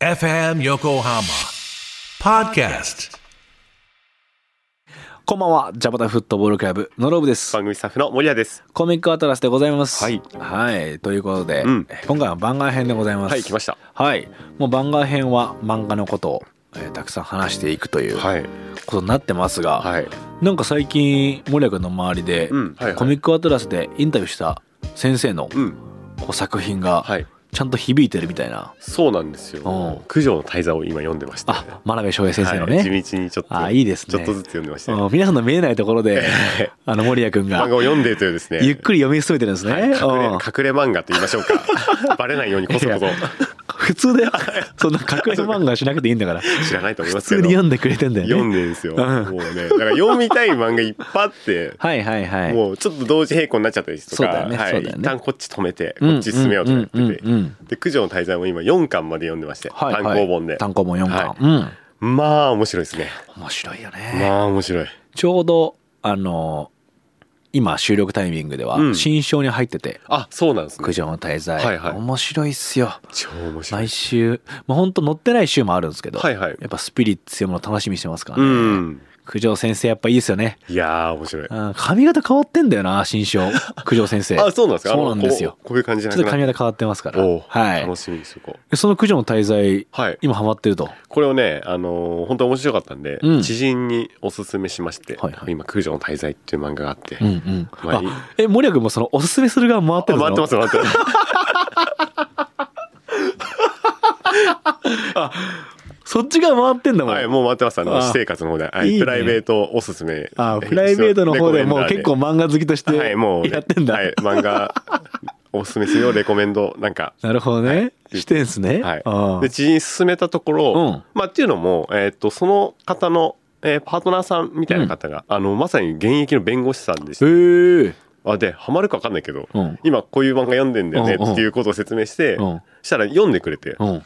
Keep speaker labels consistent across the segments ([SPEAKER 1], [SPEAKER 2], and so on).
[SPEAKER 1] FM Yokohama Podcast.
[SPEAKER 2] こんばんは、ジャパタフットボールクラブのロブです。
[SPEAKER 3] 番組スタッフの森谷です。
[SPEAKER 2] コミックアトラスでございます。
[SPEAKER 3] はい
[SPEAKER 2] はいということで、
[SPEAKER 3] うん
[SPEAKER 2] 今回は番外編でございます。
[SPEAKER 3] はい、来ました。
[SPEAKER 2] はいもう番外編は漫画のことを、えーたくさん話していくという
[SPEAKER 3] はい。
[SPEAKER 2] ことになってますが、
[SPEAKER 3] はい。
[SPEAKER 2] なんか最近、森谷君の周りで、
[SPEAKER 3] うん。はい、
[SPEAKER 2] コ
[SPEAKER 3] はい。
[SPEAKER 2] ミックアトラスでインタビューした先生の
[SPEAKER 3] うん。
[SPEAKER 2] こう作品が
[SPEAKER 3] はい。
[SPEAKER 2] ちゃんと響いてるみたいな。
[SPEAKER 3] そうなんです
[SPEAKER 2] うん
[SPEAKER 3] よ。九条の大座を今読んでました。
[SPEAKER 2] あ、真鍋翔平先生のね。
[SPEAKER 3] はい地道にちょっと。
[SPEAKER 2] あいいですね
[SPEAKER 3] ちょっとずつ読んでました。
[SPEAKER 2] うん皆さんの見えないところ で、あの森谷君
[SPEAKER 3] 漫
[SPEAKER 2] が
[SPEAKER 3] 画を読んでというですね。
[SPEAKER 2] ゆっくり読み進めてるんですね。
[SPEAKER 3] はい隠れ
[SPEAKER 2] うん
[SPEAKER 3] 隠れ漫画と言いましょう か。バレないようにこそこ
[SPEAKER 2] いや普通だよ。そんな隠れ漫画しなくていいんだから。
[SPEAKER 3] そ知らないと思い
[SPEAKER 2] 普
[SPEAKER 3] ますけ
[SPEAKER 2] 通
[SPEAKER 3] ど。
[SPEAKER 2] に読んでくれてんだ
[SPEAKER 3] 読
[SPEAKER 2] よ
[SPEAKER 3] ん
[SPEAKER 2] ね。
[SPEAKER 3] でるんですよ。
[SPEAKER 2] うん
[SPEAKER 3] もうね。だから読みたい漫画いっぱいあって。
[SPEAKER 2] はいはいはい。
[SPEAKER 3] もうちょっと同時並行になっちゃったりと
[SPEAKER 2] そうだよ
[SPEAKER 3] か、
[SPEAKER 2] ね
[SPEAKER 3] は
[SPEAKER 2] そ
[SPEAKER 3] い、
[SPEAKER 2] うだよね
[SPEAKER 3] 一旦こっち止めてこっち進めようとかやってて、
[SPEAKER 2] うんうんうんうん
[SPEAKER 3] で九条の滞在も今4巻まで読んでまして、
[SPEAKER 2] はいはい
[SPEAKER 3] 単行本で
[SPEAKER 2] 単行本4
[SPEAKER 3] は
[SPEAKER 2] 巻
[SPEAKER 3] い。
[SPEAKER 2] うん。
[SPEAKER 3] まあ面白いですね。
[SPEAKER 2] 面白いよね。
[SPEAKER 3] まあ面白い。
[SPEAKER 2] ちょうど、あの、今収録タイミングで
[SPEAKER 3] う
[SPEAKER 2] は、
[SPEAKER 3] ん
[SPEAKER 2] 新章に入ってて、
[SPEAKER 3] あ、そうなんですね
[SPEAKER 2] 九。条の滞
[SPEAKER 3] は
[SPEAKER 2] 在
[SPEAKER 3] い。はい
[SPEAKER 2] 面白いっすよ。
[SPEAKER 3] 超面白い
[SPEAKER 2] 毎。週、まあ本当乗ってない週もあるんですけど、
[SPEAKER 3] はい
[SPEAKER 2] や
[SPEAKER 3] はい。
[SPEAKER 2] っぱスピリッツ読むの楽しみにしてますから
[SPEAKER 3] う
[SPEAKER 2] ね。
[SPEAKER 3] ん。
[SPEAKER 2] 九条先生やっぱいいですよね。
[SPEAKER 3] いやー面白い。
[SPEAKER 2] うん髪型変わってんだよな、新章。九条先生。
[SPEAKER 3] あ、そうなんですか。
[SPEAKER 2] そうなんですよ
[SPEAKER 3] あのこうこういう感じじゃ
[SPEAKER 2] ちょ
[SPEAKER 3] な
[SPEAKER 2] っと
[SPEAKER 3] くなっ
[SPEAKER 2] 髪型変わってますから。
[SPEAKER 3] おう
[SPEAKER 2] はい
[SPEAKER 3] 楽。しみにしとこう。
[SPEAKER 2] その九条の滞在、
[SPEAKER 3] はい。
[SPEAKER 2] 今ハマってると。
[SPEAKER 3] これをね、あのー本当面白かったんで、
[SPEAKER 2] うん
[SPEAKER 3] 知人におすすめしまして、
[SPEAKER 2] はいはい
[SPEAKER 3] 今、九条の滞在っていう漫画があって、
[SPEAKER 2] うんうん。
[SPEAKER 3] まあいい
[SPEAKER 2] あ、え、森谷君もそのおすすめする側回って
[SPEAKER 3] あ
[SPEAKER 2] るの
[SPEAKER 3] 待ってます、待って ます。
[SPEAKER 2] そっち側回ってんだもん。
[SPEAKER 3] はい、もう待ってます。あの、
[SPEAKER 2] あ
[SPEAKER 3] 私生活の方で、はい
[SPEAKER 2] いいね
[SPEAKER 3] プライベートおすすめ。
[SPEAKER 2] あ、プライベートの方でもう結構
[SPEAKER 3] レコ
[SPEAKER 2] 漫画好きとして
[SPEAKER 3] メンダーではい、もう、
[SPEAKER 2] やってんだ。
[SPEAKER 3] はい、漫画、おすすめするよ、レコメンド、なんか、
[SPEAKER 2] なるほどね。
[SPEAKER 3] はい
[SPEAKER 2] してんすね。
[SPEAKER 3] は
[SPEAKER 2] あ
[SPEAKER 3] い、で知人に勧めたところ、
[SPEAKER 2] うん
[SPEAKER 3] まあ、っていうのも、えっとその方の、えーパートナーさんみたいな方が、あのまさに現役の弁護士さんでし
[SPEAKER 2] へ
[SPEAKER 3] て
[SPEAKER 2] え。
[SPEAKER 3] あでハマるか分かんないけど、
[SPEAKER 2] うん
[SPEAKER 3] 今こういう漫画読んでんだよね
[SPEAKER 2] うんうん
[SPEAKER 3] っていうことを説明して、
[SPEAKER 2] うん
[SPEAKER 3] したら読んでくれて、
[SPEAKER 2] うん。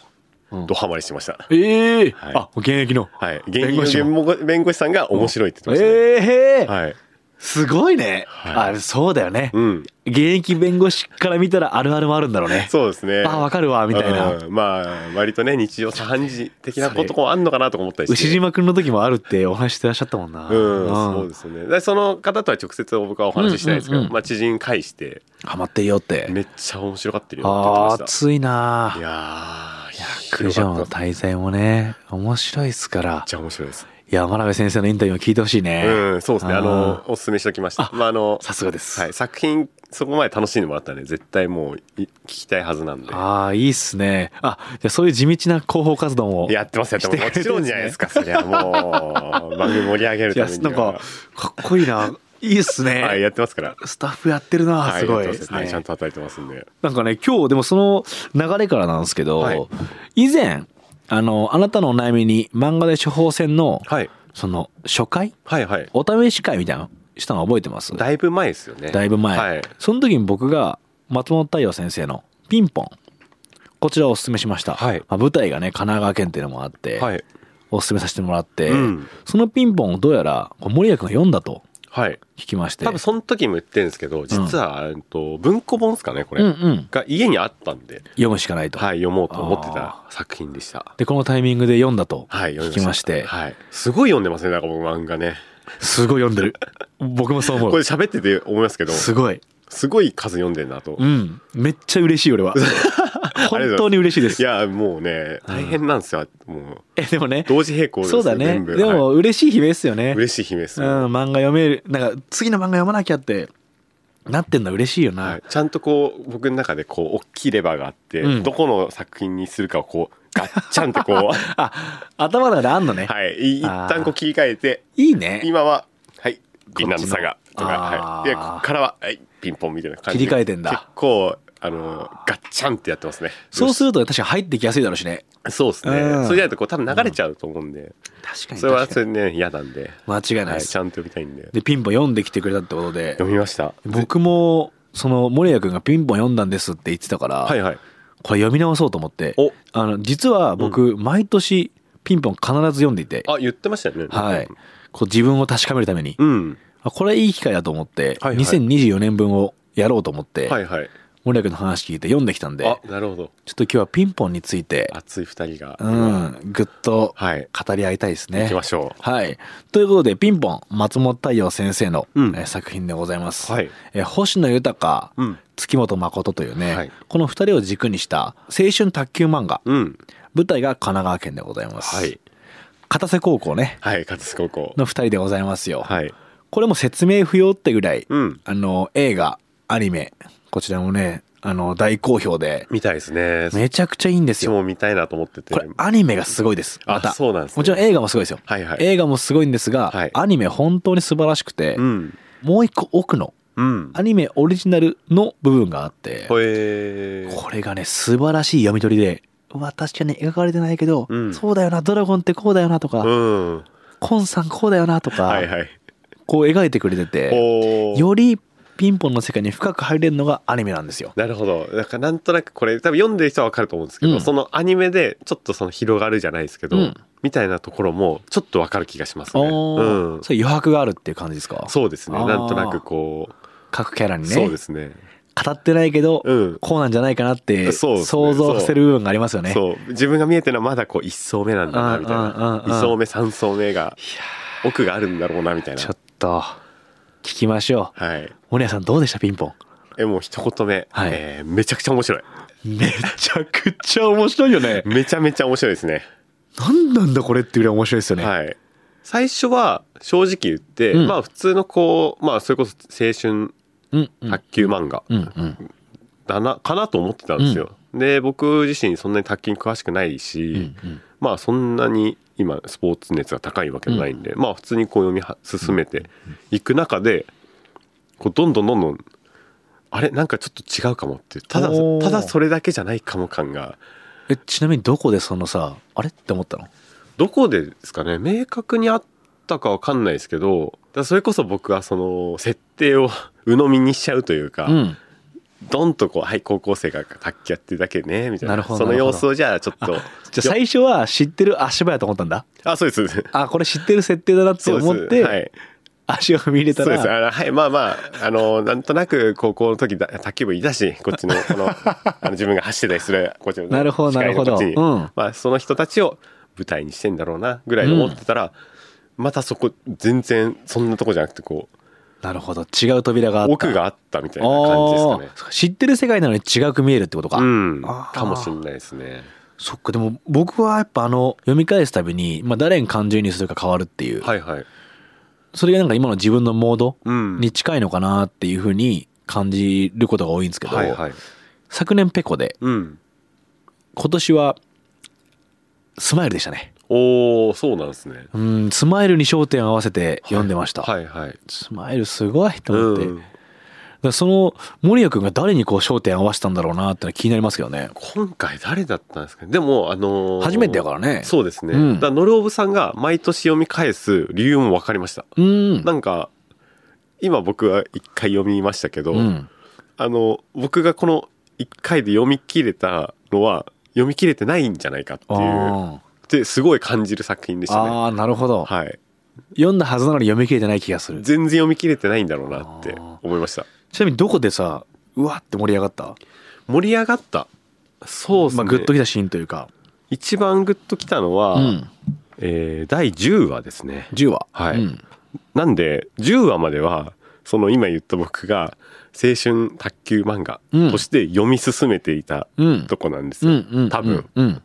[SPEAKER 3] ドハマりしました。
[SPEAKER 2] ええ。
[SPEAKER 3] はい
[SPEAKER 2] あ、現役の。
[SPEAKER 3] はい、現
[SPEAKER 2] 弁護士
[SPEAKER 3] 役の弁護弁護士さんが面白いって言ってまし
[SPEAKER 2] え
[SPEAKER 3] た
[SPEAKER 2] え。
[SPEAKER 3] ね。はい
[SPEAKER 2] すごいね。
[SPEAKER 3] はい
[SPEAKER 2] あ、そうだよね
[SPEAKER 3] う。ん、
[SPEAKER 2] 現役弁護士から見たらあるあるもあるんだろうね。
[SPEAKER 3] そうですね
[SPEAKER 2] あ、わかるわ、みたいな。
[SPEAKER 3] うんまあ割とね日常茶飯事的なこともあんのかなとか思ったりして
[SPEAKER 2] 牛島くんの時もあるってお話してらっしゃったもんな。
[SPEAKER 3] うん、そうですよね。でその方とは直接僕はお話ししてないですけ
[SPEAKER 2] う
[SPEAKER 3] ど、
[SPEAKER 2] んうんうん
[SPEAKER 3] まあ知人介して
[SPEAKER 2] ハマってるよって。
[SPEAKER 3] めっちゃ面白がってるよって言って
[SPEAKER 2] あ
[SPEAKER 3] ま
[SPEAKER 2] あ、
[SPEAKER 3] し
[SPEAKER 2] 熱いな
[SPEAKER 3] た。いやー、
[SPEAKER 2] 九条の
[SPEAKER 3] 広がっためっ
[SPEAKER 2] 滞在もね、面白いっすから。
[SPEAKER 3] ちゃ面白いです。
[SPEAKER 2] いや、真鍋先生のインタビューも聞いてほしいね。
[SPEAKER 3] うん、そうですね。あの
[SPEAKER 2] あ
[SPEAKER 3] おすすめしておきました。まああの
[SPEAKER 2] ー、さすがです。
[SPEAKER 3] はい、作品そこまで楽しんでもらったんで絶対もうい聞きたいはずなんで。
[SPEAKER 2] ああ、いいっすね。あ、じゃあそういう地道な広報活動も。
[SPEAKER 3] やってますやってます。
[SPEAKER 2] し
[SPEAKER 3] も
[SPEAKER 2] てくれて
[SPEAKER 3] ち
[SPEAKER 2] る
[SPEAKER 3] ろ
[SPEAKER 2] ん
[SPEAKER 3] ん
[SPEAKER 2] ですね
[SPEAKER 3] じゃないですか。そりゃもう番組盛り上げる
[SPEAKER 2] い
[SPEAKER 3] た
[SPEAKER 2] や、
[SPEAKER 3] めに
[SPEAKER 2] なんか、かっこいいな。いいっすね。
[SPEAKER 3] はいやってますから。
[SPEAKER 2] スタッフやってるな、
[SPEAKER 3] はい
[SPEAKER 2] すごい。
[SPEAKER 3] やってますね。ちゃんと働いてますんで。
[SPEAKER 2] なんかね、今日でもその流れからなんですけど、
[SPEAKER 3] はい
[SPEAKER 2] 以前、あの、あなたのお悩みに漫画で処方箋の、
[SPEAKER 3] はい
[SPEAKER 2] その、初回
[SPEAKER 3] はいはい。
[SPEAKER 2] お試し会みたいなのしたの覚えてます
[SPEAKER 3] だいぶ前ですよね。
[SPEAKER 2] だいぶ前、
[SPEAKER 3] はい。
[SPEAKER 2] その時に僕が松本太陽先生の「ピンポン」こちらをおすすめしました、
[SPEAKER 3] はい
[SPEAKER 2] まあ、舞台がね神奈川県っていうのもあって、
[SPEAKER 3] はい。
[SPEAKER 2] おすすめさせてもらって、
[SPEAKER 3] うん
[SPEAKER 2] その「ピンポン」をどうやらこう森谷君が読んだと
[SPEAKER 3] はい。
[SPEAKER 2] 聞きまして
[SPEAKER 3] 多分その時も言ってるんですけど、実は、えっと、文庫本ですかね、これ。
[SPEAKER 2] うんうん
[SPEAKER 3] が家にあったんで、
[SPEAKER 2] 読むしかないと、
[SPEAKER 3] はい、読もうと思ってた作品でした。
[SPEAKER 2] でこのタイミングで読んだと
[SPEAKER 3] はい、
[SPEAKER 2] 聞
[SPEAKER 3] 読
[SPEAKER 2] きまして、
[SPEAKER 3] はい。すごい読んでますね、なんか僕漫画ね。
[SPEAKER 2] すごい読んでる僕もそう思
[SPEAKER 3] これ
[SPEAKER 2] う
[SPEAKER 3] 喋ってて思いますけど、
[SPEAKER 2] すごい
[SPEAKER 3] すごい数読んでるなと
[SPEAKER 2] う。んめっちゃ嬉しい俺 は本当に嬉しいで
[SPEAKER 3] い
[SPEAKER 2] す
[SPEAKER 3] や、もうね、大変なんですよ、もう。
[SPEAKER 2] えでもね
[SPEAKER 3] 同時並行です
[SPEAKER 2] そうだね
[SPEAKER 3] 全部
[SPEAKER 2] でも
[SPEAKER 3] はい
[SPEAKER 2] 嬉しい悲鳴ですよね、
[SPEAKER 3] 嬉しい悲鳴です
[SPEAKER 2] うん
[SPEAKER 3] よ、、
[SPEAKER 2] 漫画読めるなんか次の漫画読まなきゃってなってんの嬉しいよな、
[SPEAKER 3] はい。ちゃんとこう、僕の中でこう、大きいレバーがあって、
[SPEAKER 2] うん
[SPEAKER 3] どこの作品にするかをこう、ガッチャ ンとこう、
[SPEAKER 2] あ頭の中であんのね、
[SPEAKER 3] はい、い一旦こう切り替えて、
[SPEAKER 2] い、いね
[SPEAKER 3] 今は、はい、銀杏の佐賀とか、
[SPEAKER 2] あー
[SPEAKER 3] はい、でここからは、はい、ピンポンみたいな感
[SPEAKER 2] 切
[SPEAKER 3] じ
[SPEAKER 2] り替えてんだ
[SPEAKER 3] 結構、あのガッチャンってやってますね
[SPEAKER 2] そうすると確かに入ってきやすいだろうしね
[SPEAKER 3] そうですね
[SPEAKER 2] うん
[SPEAKER 3] それじゃないとこう多分流れちゃうと思うんで、
[SPEAKER 2] 確か
[SPEAKER 3] それはそれね嫌なんで、
[SPEAKER 2] 間違いない
[SPEAKER 3] は
[SPEAKER 2] で
[SPEAKER 3] い、
[SPEAKER 2] す、
[SPEAKER 3] ちゃんと読みたいんで
[SPEAKER 2] でピンポン読んできてくれたってことで
[SPEAKER 3] 読みました
[SPEAKER 2] 僕もその守谷君がピンポン読んだんですって言ってたから、
[SPEAKER 3] はいはい
[SPEAKER 2] これ読み直そうと思って
[SPEAKER 3] お
[SPEAKER 2] あの実は僕毎年ピンポン必ず読んでいて、
[SPEAKER 3] あ言ってましたよね
[SPEAKER 2] はいこう自分を確かめるために、
[SPEAKER 3] うん
[SPEAKER 2] あこれいい機会だと思って、
[SPEAKER 3] はいはい
[SPEAKER 2] 2024年分をやろうと思って、
[SPEAKER 3] はいはい
[SPEAKER 2] 森谷君の話聞いて読んできたんで
[SPEAKER 3] あなるほど
[SPEAKER 2] ちょっと今日はピンポンについて
[SPEAKER 3] 熱い二人が、
[SPEAKER 2] うんぐっと
[SPEAKER 3] はい
[SPEAKER 2] 語り合いたいですね。
[SPEAKER 3] 行きましょう
[SPEAKER 2] はい。ということで、ピンポン、松本太陽先生の、
[SPEAKER 3] うん
[SPEAKER 2] えー作品でございます。
[SPEAKER 3] はい
[SPEAKER 2] えー星野豊、
[SPEAKER 3] うん
[SPEAKER 2] 月本誠というね、
[SPEAKER 3] はい
[SPEAKER 2] この二人を軸にした青春卓球漫画、
[SPEAKER 3] うん
[SPEAKER 2] 舞台が神奈川県でございます。
[SPEAKER 3] はい。
[SPEAKER 2] 片瀬高校ね、
[SPEAKER 3] はい勝津高校
[SPEAKER 2] の二人でございますよ。
[SPEAKER 3] はい
[SPEAKER 2] これも説明不要ってぐらい、
[SPEAKER 3] うん
[SPEAKER 2] あの、映画、アニメ、こちらもね、あの、大好評で、
[SPEAKER 3] 見たいですね
[SPEAKER 2] めちゃくちゃいいんです
[SPEAKER 3] 私
[SPEAKER 2] よ。
[SPEAKER 3] も見たいなと思ってて
[SPEAKER 2] これ、アニメがすごいです。
[SPEAKER 3] あ
[SPEAKER 2] また。
[SPEAKER 3] そうなんですね
[SPEAKER 2] もちろん映画もすごいですよ。
[SPEAKER 3] はいはい
[SPEAKER 2] 映画もすごいんですが、
[SPEAKER 3] はい
[SPEAKER 2] アニメ本当に素晴らしくて、
[SPEAKER 3] うん
[SPEAKER 2] もう一個奥の
[SPEAKER 3] うん
[SPEAKER 2] アニメオリジナルの部分があって、
[SPEAKER 3] ほえー
[SPEAKER 2] これがね素晴らしい読み取りでうわ確かに描かれてないけど、
[SPEAKER 3] うん
[SPEAKER 2] そうだよなドラゴンってこうだよなとか、
[SPEAKER 3] うん
[SPEAKER 2] コンさんこうだよなとか、
[SPEAKER 3] はいはい
[SPEAKER 2] こう描いてくれてて
[SPEAKER 3] おー
[SPEAKER 2] よりピンポンの世界に深く入れるのがアニメなんですよ。
[SPEAKER 3] なるほどなんかなんとなくこれ多分読んでる人は分かると思うんですけど、
[SPEAKER 2] うん
[SPEAKER 3] そのアニメでちょっとその広がるじゃないですけど、
[SPEAKER 2] うん
[SPEAKER 3] みたいなところもちょっと分かる気がしますね。
[SPEAKER 2] おー
[SPEAKER 3] うん、
[SPEAKER 2] そういう余白があるっていう感じですか
[SPEAKER 3] そうですね
[SPEAKER 2] あー
[SPEAKER 3] なんとなくこ
[SPEAKER 2] 各キャラ
[SPEAKER 3] う、
[SPEAKER 2] に
[SPEAKER 3] そう
[SPEAKER 2] ね
[SPEAKER 3] ですね。
[SPEAKER 2] 語ってないけど、
[SPEAKER 3] うん
[SPEAKER 2] こうなんじゃないかなって
[SPEAKER 3] そうですね
[SPEAKER 2] 想像させる部分がありますよね。
[SPEAKER 3] そう自分が見えてるのはまだこう1層目なんだなみたい
[SPEAKER 2] うんうん
[SPEAKER 3] な
[SPEAKER 2] うんうん
[SPEAKER 3] 2層目3層目が奥があるんだろうなみたいな
[SPEAKER 2] ちょっと聞きましょう。
[SPEAKER 3] はい
[SPEAKER 2] モニアさんどうでしたピンポン。
[SPEAKER 3] えもう一言目、
[SPEAKER 2] はい
[SPEAKER 3] えーめちゃくちゃ面白い
[SPEAKER 2] めちゃくちゃ面白いよね。
[SPEAKER 3] めちゃめちゃ面白いですね
[SPEAKER 2] なんなんだこれっていうぐらい面白いですよね。
[SPEAKER 3] はい、最初は正直言って、
[SPEAKER 2] うん
[SPEAKER 3] まあ普通のこうまあそれこそ青春
[SPEAKER 2] うんうん
[SPEAKER 3] 卓球漫画
[SPEAKER 2] うんうん
[SPEAKER 3] だな、かなと思ってたんですよ、で僕自身そんなに卓球に詳しくないし、
[SPEAKER 2] うんうん
[SPEAKER 3] まあそんなに今スポーツ熱が高いわけじゃないんで、まあ普通にこう読みは進めていく中でこうどんどんどんどんあれなんかちょっと違うかもっていうただ
[SPEAKER 2] おー
[SPEAKER 3] ただそれだけじゃないかも感が
[SPEAKER 2] えちなみにどこでそのさあれって思ったの
[SPEAKER 3] どこでですかね明確にあったかわかんないですけどだからそれこそ僕はその設定を 鵜呑みにしちゃうというか、
[SPEAKER 2] うん
[SPEAKER 3] ドンとこう「はい高校生が卓球やってるだけね」みたいな
[SPEAKER 2] なるほど
[SPEAKER 3] その
[SPEAKER 2] なるほ
[SPEAKER 3] 様
[SPEAKER 2] ど
[SPEAKER 3] 子をじゃあちょっと
[SPEAKER 2] じゃあ最初は知ってる足場やと思ったんだ
[SPEAKER 3] あそうですそうです
[SPEAKER 2] あこれ知ってる設定だなって
[SPEAKER 3] そうです
[SPEAKER 2] 思って、
[SPEAKER 3] はい、
[SPEAKER 2] 足を踏み入れた
[SPEAKER 3] そうです
[SPEAKER 2] ら
[SPEAKER 3] あのはいまあまああのなんとなく高校の時だ卓球部いたし こっちのこのあの自分が走ってたりするこっちの
[SPEAKER 2] なるほどなるほど
[SPEAKER 3] 視界のこっちに
[SPEAKER 2] うん
[SPEAKER 3] まあ、その人たちを舞台にしてんだろうなぐらい思ってたら、またそこ全然そんなとこじゃなくてこう
[SPEAKER 2] なるほど違う扉があった
[SPEAKER 3] 奥があったみたいな
[SPEAKER 2] あ
[SPEAKER 3] 感
[SPEAKER 2] あ
[SPEAKER 3] じですかね。
[SPEAKER 2] ー知ってる世界なのに違く見えるってことか、
[SPEAKER 3] うん、
[SPEAKER 2] あー
[SPEAKER 3] かもしれないですね。
[SPEAKER 2] そっかでも僕はやっぱあの読み返すたびに、まあ、誰に感情移入するか変わるっていう、
[SPEAKER 3] はいはい。
[SPEAKER 2] それがなんか今の自分のモード
[SPEAKER 3] うん。
[SPEAKER 2] に近いのかなっていうふうに感じることが多いんですけど、
[SPEAKER 3] はいはい。
[SPEAKER 2] 昨年ペコで
[SPEAKER 3] うん。
[SPEAKER 2] 今年はスマイルでしたね
[SPEAKER 3] おお、そうなんですね。
[SPEAKER 2] うんスマイルに焦点を合わせて読んでました、
[SPEAKER 3] はいはい。
[SPEAKER 2] スマイルすごいと思って、
[SPEAKER 3] うん
[SPEAKER 2] だか。らその森谷君が誰にこう焦点を合わせたんだろうなってのは気になりますけどね
[SPEAKER 3] 今回誰だったんですかね。でもあのー
[SPEAKER 2] 初めてだからね
[SPEAKER 3] そうですね。
[SPEAKER 2] うん
[SPEAKER 3] だからノルオブさんが毎年読み返す理由も分かりました。
[SPEAKER 2] ううん
[SPEAKER 3] なんか今僕は一回読みましたけど、
[SPEAKER 2] うん
[SPEAKER 3] あの僕がこの一回で読み切れたのは読み切れてないんじゃないかっていう
[SPEAKER 2] あ
[SPEAKER 3] ってすごい感じる作品で
[SPEAKER 2] ー
[SPEAKER 3] したね。
[SPEAKER 2] あーなるほど、
[SPEAKER 3] はい。
[SPEAKER 2] 読んだはずなのに読み切れてない気がするち
[SPEAKER 3] 全然読み切れてないんだろうなって
[SPEAKER 2] あ
[SPEAKER 3] 思いました。
[SPEAKER 2] なみにどこでさうわって盛り上がった
[SPEAKER 3] 盛り上がった。そうです
[SPEAKER 2] まあ、
[SPEAKER 3] ね。
[SPEAKER 2] グッときたシーンというか、
[SPEAKER 3] 一番グッときたのは、
[SPEAKER 2] うん、
[SPEAKER 3] えー第10話ですね。
[SPEAKER 2] 10話
[SPEAKER 3] はい
[SPEAKER 2] うん
[SPEAKER 3] なんで10話まではその今言った僕が青春卓球漫画
[SPEAKER 2] うん
[SPEAKER 3] として読み進めていた
[SPEAKER 2] うん
[SPEAKER 3] とこなんです
[SPEAKER 2] う
[SPEAKER 3] よ、
[SPEAKER 2] んうん
[SPEAKER 3] 多分、
[SPEAKER 2] うん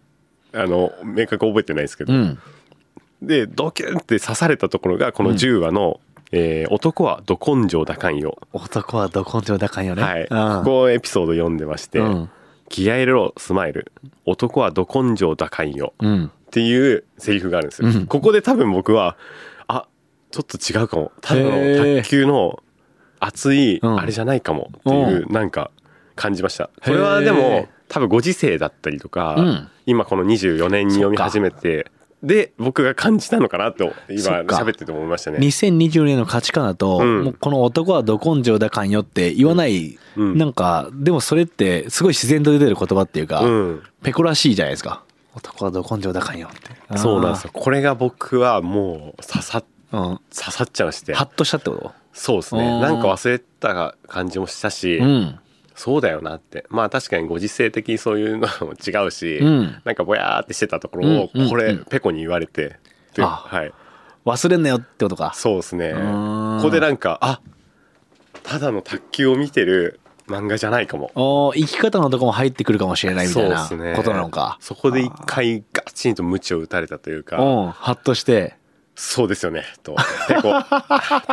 [SPEAKER 3] あの明確覚えてないですけ
[SPEAKER 2] う
[SPEAKER 3] ど、
[SPEAKER 2] ん
[SPEAKER 3] でドキュンって刺されたところがこの10話の、えー男はど根性だかんよ」
[SPEAKER 2] 男はど根性高いよね
[SPEAKER 3] はい、
[SPEAKER 2] うん
[SPEAKER 3] ここをエピソード読んでまして「
[SPEAKER 2] うん
[SPEAKER 3] 気合い入れろスマイル男はど根性だかんよ」
[SPEAKER 2] うん
[SPEAKER 3] っていうセリフがあるんですよ、
[SPEAKER 2] うん
[SPEAKER 3] ここで多分僕はあちょっと違うかもただの
[SPEAKER 2] へー
[SPEAKER 3] 卓球の熱い
[SPEAKER 2] うん
[SPEAKER 3] あれじゃないかもっていう、
[SPEAKER 2] う
[SPEAKER 3] なんか感じましたこれはで
[SPEAKER 2] へ
[SPEAKER 3] も
[SPEAKER 2] え
[SPEAKER 3] 多分ご時世だったりとか、
[SPEAKER 2] うん
[SPEAKER 3] 今この24年に読み始めてで僕が感じたのかなと今
[SPEAKER 2] そっか
[SPEAKER 3] 喋ってて思いましたね
[SPEAKER 2] 2020年の価値観だと、
[SPEAKER 3] うん
[SPEAKER 2] もうこの男はど根性だかんよって言わない、
[SPEAKER 3] うん
[SPEAKER 2] なんかでもそれってすごい自然と出てる言葉っていうか、
[SPEAKER 3] うん
[SPEAKER 2] ペコらしいじゃないですか男はど根性だかんよって
[SPEAKER 3] そうなんですよこれが僕はもう刺さっ
[SPEAKER 2] あーうん
[SPEAKER 3] 刺さっちゃいまして
[SPEAKER 2] ハッとしたってこと
[SPEAKER 3] そうです
[SPEAKER 2] あー
[SPEAKER 3] ねなんか忘れた感じもしたし、
[SPEAKER 2] うん
[SPEAKER 3] そうだよなってまあ確かにご時世的にそういうのも違うし、
[SPEAKER 2] うん
[SPEAKER 3] なんかぼやーってしてたところを
[SPEAKER 2] うんうん
[SPEAKER 3] これ
[SPEAKER 2] うん
[SPEAKER 3] ペコに言われて、で
[SPEAKER 2] あ
[SPEAKER 3] はい
[SPEAKER 2] 忘れんなよってことか
[SPEAKER 3] そうですね
[SPEAKER 2] ーん
[SPEAKER 3] ここでなんかあただの卓球を見てる漫画じゃないかも
[SPEAKER 2] おー生き方のとこも入ってくるかもしれないみたいな
[SPEAKER 3] そうっすね
[SPEAKER 2] ことなのか
[SPEAKER 3] そこで一回ガチンと鞭を打たれたというか
[SPEAKER 2] うんハッとして
[SPEAKER 3] そうですよねとペ コ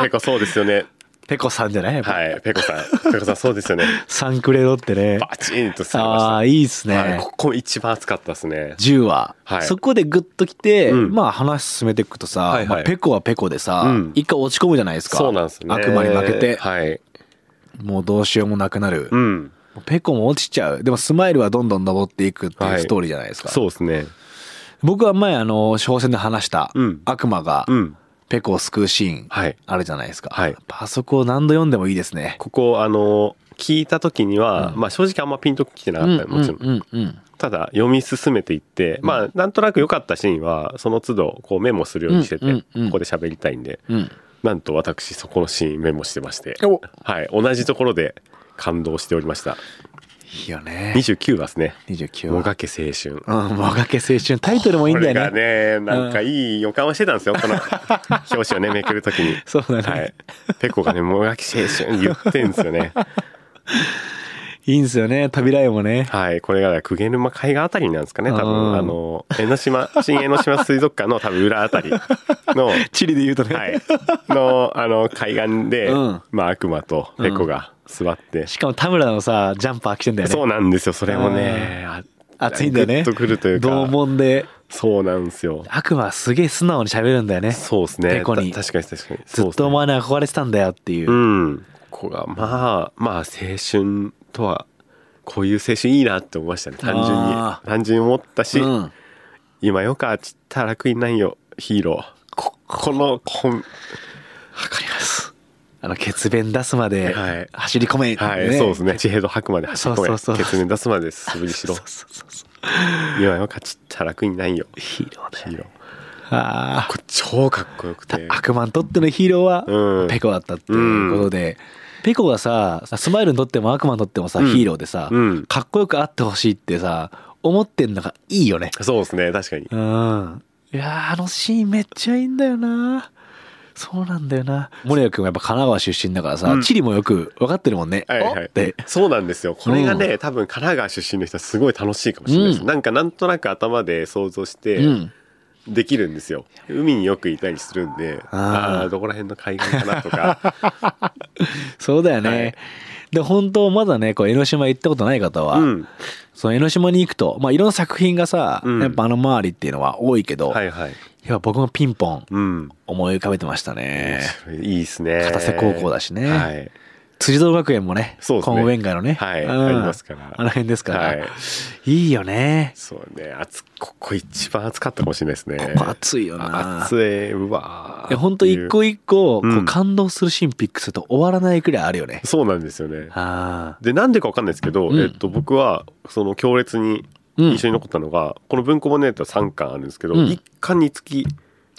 [SPEAKER 3] ペコそうですよね
[SPEAKER 2] ペコさんじゃないやっぱ
[SPEAKER 3] はいペコさんペコさんそうですよね
[SPEAKER 2] サンクレロってね
[SPEAKER 3] バチンとされました
[SPEAKER 2] ああーいいっす
[SPEAKER 3] はい、
[SPEAKER 2] ね
[SPEAKER 3] ここ一番熱かったですね。
[SPEAKER 2] 10話、
[SPEAKER 3] はい
[SPEAKER 2] そこでグッときて、
[SPEAKER 3] うん
[SPEAKER 2] まあ話進めていくとさ、
[SPEAKER 3] はいはい
[SPEAKER 2] まあペコはペコでさ、
[SPEAKER 3] うん
[SPEAKER 2] 一回落ち込むじゃないですか
[SPEAKER 3] そうなんですね。
[SPEAKER 2] 悪魔に負けて、
[SPEAKER 3] はい。
[SPEAKER 2] もうどうしようもなくなる、
[SPEAKER 3] うん。
[SPEAKER 2] ペコも落ちちゃうでもスマイルはどんどん登っていくってい
[SPEAKER 3] は
[SPEAKER 2] う
[SPEAKER 3] い
[SPEAKER 2] ストーリーじゃないですか、
[SPEAKER 3] そうですね。
[SPEAKER 2] 僕は前あの小戦で話した
[SPEAKER 3] うん
[SPEAKER 2] 悪魔が
[SPEAKER 3] うん。
[SPEAKER 2] ペコを救うシーン
[SPEAKER 3] はい。
[SPEAKER 2] あるじゃないですか、
[SPEAKER 3] はい
[SPEAKER 2] やっぱあそこを何度読んでもいいですね
[SPEAKER 3] ここ、あの、聞いた時には、
[SPEAKER 2] うん
[SPEAKER 3] まあ正直あんまピンときてな
[SPEAKER 2] う
[SPEAKER 3] か
[SPEAKER 2] ん
[SPEAKER 3] った、もちろん。
[SPEAKER 2] うんうん
[SPEAKER 3] ただ、読み進めていって、まあ、なんとなく良かったシーンは、その都度、こうメモするようにしてて、
[SPEAKER 2] うんうんうん
[SPEAKER 3] ここで喋りたいんで、
[SPEAKER 2] うんうん
[SPEAKER 3] なんと私、そこのシーンメモしてまして
[SPEAKER 2] お、
[SPEAKER 3] はい。同じところで感動しておりました。
[SPEAKER 2] いいよね
[SPEAKER 3] 29話ですね。
[SPEAKER 2] 29
[SPEAKER 3] も
[SPEAKER 2] 話
[SPEAKER 3] がけ青春。
[SPEAKER 2] うん、もがけ青春タイトルもいいんだよ
[SPEAKER 3] こ
[SPEAKER 2] ね
[SPEAKER 3] れがね、なんかいい予感はしてたんです よ。この表紙をね、めくるときに。
[SPEAKER 2] そうだね
[SPEAKER 3] はい。ペコがね、もがき青春言ってんですよね。
[SPEAKER 2] いいんですよね扉絵もね
[SPEAKER 3] はい。これが、久毛沼海岸あたりなんですかね。多
[SPEAKER 2] うん
[SPEAKER 3] 分、あの、江ノ島、新江ノ島水族館の多分裏あた りの、は
[SPEAKER 2] 地理で言うとね、
[SPEAKER 3] い。の、あの、海岸で、
[SPEAKER 2] うん
[SPEAKER 3] まあ、悪魔とペコが座って。
[SPEAKER 2] しかも田村のさジャンパー着てんだよね
[SPEAKER 3] そうなんですよ。それもね、あ
[SPEAKER 2] 熱いんだよね
[SPEAKER 3] グッとくるというか。
[SPEAKER 2] 同門で
[SPEAKER 3] そうなんですよ。
[SPEAKER 2] 悪魔はすげえ素直に喋るんだよね
[SPEAKER 3] そうですね。
[SPEAKER 2] ペコに
[SPEAKER 3] た確かに確かに。
[SPEAKER 2] ずっとお前に憧れてたんだよっていう、
[SPEAKER 3] うん、ここがまあまあ青春とはこういう青春いいなって思いましたね単純に
[SPEAKER 2] あー
[SPEAKER 3] 単純に思ったし、
[SPEAKER 2] うん
[SPEAKER 3] 今よかちったら楽になんよヒーローここのこん
[SPEAKER 2] わかりますあの血便出すまで
[SPEAKER 3] はい
[SPEAKER 2] 走り込め、
[SPEAKER 3] はい、そうですね地平道吐くまで走り込め
[SPEAKER 2] そうそうそう
[SPEAKER 3] 血面出すまで素振りしろ
[SPEAKER 2] そうそうそうそう
[SPEAKER 3] 今よかちったら楽になんよ
[SPEAKER 2] ヒーローだ
[SPEAKER 3] ヒ
[SPEAKER 2] よね
[SPEAKER 3] ーロー
[SPEAKER 2] あ
[SPEAKER 3] これ超かっこよく
[SPEAKER 2] あ
[SPEAKER 3] て
[SPEAKER 2] 悪魔にとってのヒーロー
[SPEAKER 3] う
[SPEAKER 2] は
[SPEAKER 3] ん
[SPEAKER 2] ペコだったっていうことで、ペコがさスマイルにとっても悪魔にとってもさ、
[SPEAKER 3] うん
[SPEAKER 2] ヒーローでさ、
[SPEAKER 3] うん
[SPEAKER 2] かっこよくあってほしいってさ思ってんのがいいよね
[SPEAKER 3] そうですね確かに
[SPEAKER 2] うんいやーあのシーンめっちゃいいんだよなそうなんだよな森谷君はやっぱ神奈川出身だからさ、
[SPEAKER 3] うん
[SPEAKER 2] 地理もよく分かってるもんね、
[SPEAKER 3] はいは
[SPEAKER 2] おっ
[SPEAKER 3] い
[SPEAKER 2] て、
[SPEAKER 3] そうなんですよこれがね、
[SPEAKER 2] う
[SPEAKER 3] 多分神奈川出身の人はすごい楽しいかもしれないです、
[SPEAKER 2] うん
[SPEAKER 3] なんかなんとなく頭で想像して、
[SPEAKER 2] うん
[SPEAKER 3] できるんですよ海によくいたりするんで
[SPEAKER 2] あー
[SPEAKER 3] ああーどこら辺の海岸かな とか
[SPEAKER 2] そうだよね、
[SPEAKER 3] はい
[SPEAKER 2] で本当まだねこう江ノ島行ったことない方は、
[SPEAKER 3] うん
[SPEAKER 2] その江ノ島に行くと、まあ、いろんな作品がさ、
[SPEAKER 3] うん
[SPEAKER 2] やっぱあの周りっていうのは多いけど、
[SPEAKER 3] はいはい
[SPEAKER 2] やっぱ僕もピンポン
[SPEAKER 3] うん
[SPEAKER 2] 思い浮かべてましたね。
[SPEAKER 3] いいですね
[SPEAKER 2] 片瀬高校だしね
[SPEAKER 3] はい
[SPEAKER 2] 辻堂学園もね、
[SPEAKER 3] そうですね
[SPEAKER 2] コンウェンガのね、
[SPEAKER 3] はい
[SPEAKER 2] うん
[SPEAKER 3] ありますから
[SPEAKER 2] あの辺ですから、
[SPEAKER 3] はい
[SPEAKER 2] い、いよね。
[SPEAKER 3] そうね暑ここ一番暑かったかもしれないですね
[SPEAKER 2] ここ暑いよな。
[SPEAKER 3] 暑いうわ
[SPEAKER 2] いや本当一個
[SPEAKER 3] 一
[SPEAKER 2] 一個こ
[SPEAKER 3] う
[SPEAKER 2] うん感動するシーンピックすると終わらないくらいあるよね。
[SPEAKER 3] そうなんですよね
[SPEAKER 2] ああ、
[SPEAKER 3] でなんでかわかんないですけど、
[SPEAKER 2] うん
[SPEAKER 3] えっと、僕はその強烈に
[SPEAKER 2] うん
[SPEAKER 3] 一緒に残ったのが、この文庫本のやつは3巻あるんですけど、
[SPEAKER 2] うん
[SPEAKER 3] 一巻につき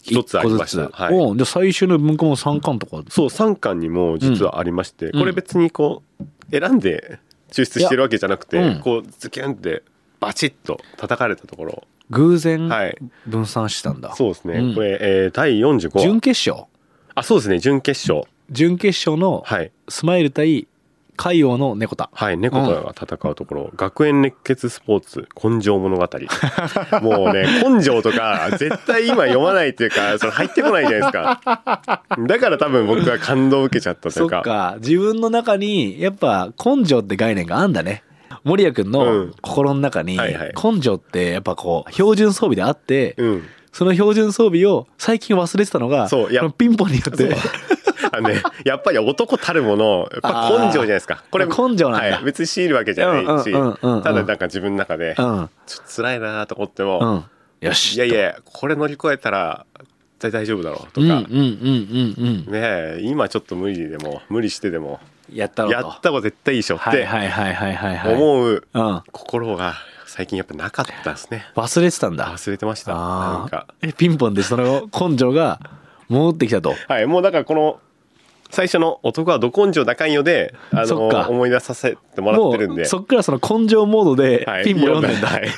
[SPEAKER 3] 一つありました
[SPEAKER 2] 一個ずつ
[SPEAKER 3] はい
[SPEAKER 2] おうじゃあ最終の文庫も三巻とか。
[SPEAKER 3] そう3巻にも実はありまして、
[SPEAKER 2] うん
[SPEAKER 3] これ別にこう選んで抽出してるわけじゃなくて、
[SPEAKER 2] いやうん
[SPEAKER 3] こうズキュンってバチッと叩かれたところ
[SPEAKER 2] 偶然
[SPEAKER 3] はい
[SPEAKER 2] 分散してたんだ。
[SPEAKER 3] そうですね、
[SPEAKER 2] うん
[SPEAKER 3] これ、えー第45
[SPEAKER 2] 準
[SPEAKER 3] 話
[SPEAKER 2] 決勝、
[SPEAKER 3] あそうですね準決勝
[SPEAKER 2] 準決勝の
[SPEAKER 3] はい
[SPEAKER 2] スマイル対海王の猫田。
[SPEAKER 3] はい猫とが戦うところ、学園熱血スポーツ根性物語も うね根性とか絶対今読まないっていうかそれ入ってこないじゃないですか だから多分僕は感動を受けちゃったとい
[SPEAKER 2] そうっ
[SPEAKER 3] か
[SPEAKER 2] か自分の中にやっぱ根性って概念があんだね守谷君
[SPEAKER 3] う
[SPEAKER 2] の
[SPEAKER 3] ん
[SPEAKER 2] 心の中に
[SPEAKER 3] はいはい
[SPEAKER 2] 根性ってやっぱこう標準装備であって
[SPEAKER 3] うん
[SPEAKER 2] その標準装備を最近忘れてたのが
[SPEAKER 3] そういや
[SPEAKER 2] このピンポンによって
[SPEAKER 3] そうあのね、やっぱり男たるもの、やっぱ根性じゃないですか。これ、
[SPEAKER 2] 根性なんだ
[SPEAKER 3] はい別に強いるわけじゃないし、
[SPEAKER 2] うんうんうんうん
[SPEAKER 3] ただなんか自分の中で、
[SPEAKER 2] う
[SPEAKER 3] ちょっ
[SPEAKER 2] ん
[SPEAKER 3] と辛いなと思って
[SPEAKER 2] う
[SPEAKER 3] も、
[SPEAKER 2] んよし
[SPEAKER 3] いやいや、これ乗り越えたら、絶対大丈夫だろうと
[SPEAKER 2] うんうん
[SPEAKER 3] か、
[SPEAKER 2] うんうんうん
[SPEAKER 3] ねえ今ちょっと無理でも、無理してでも、
[SPEAKER 2] やったろと
[SPEAKER 3] やった方が絶対いいでしょっ
[SPEAKER 2] はい
[SPEAKER 3] て
[SPEAKER 2] はいはいはいはいはい
[SPEAKER 3] 思う
[SPEAKER 2] うん
[SPEAKER 3] 心が最近やっぱなかったですね。
[SPEAKER 2] 忘れてたんだ
[SPEAKER 3] 忘れてました。
[SPEAKER 2] あー
[SPEAKER 3] なんか。
[SPEAKER 2] えピンポンでその根性が戻ってきたと
[SPEAKER 3] はい、もうだからこの最初の「男はど根性だかんよで」あの
[SPEAKER 2] そっか
[SPEAKER 3] 思い出させてもらってるん
[SPEAKER 2] も
[SPEAKER 3] で
[SPEAKER 2] うそっからその根性モードで
[SPEAKER 3] はい
[SPEAKER 2] ピンポン読んでんだ、
[SPEAKER 3] はい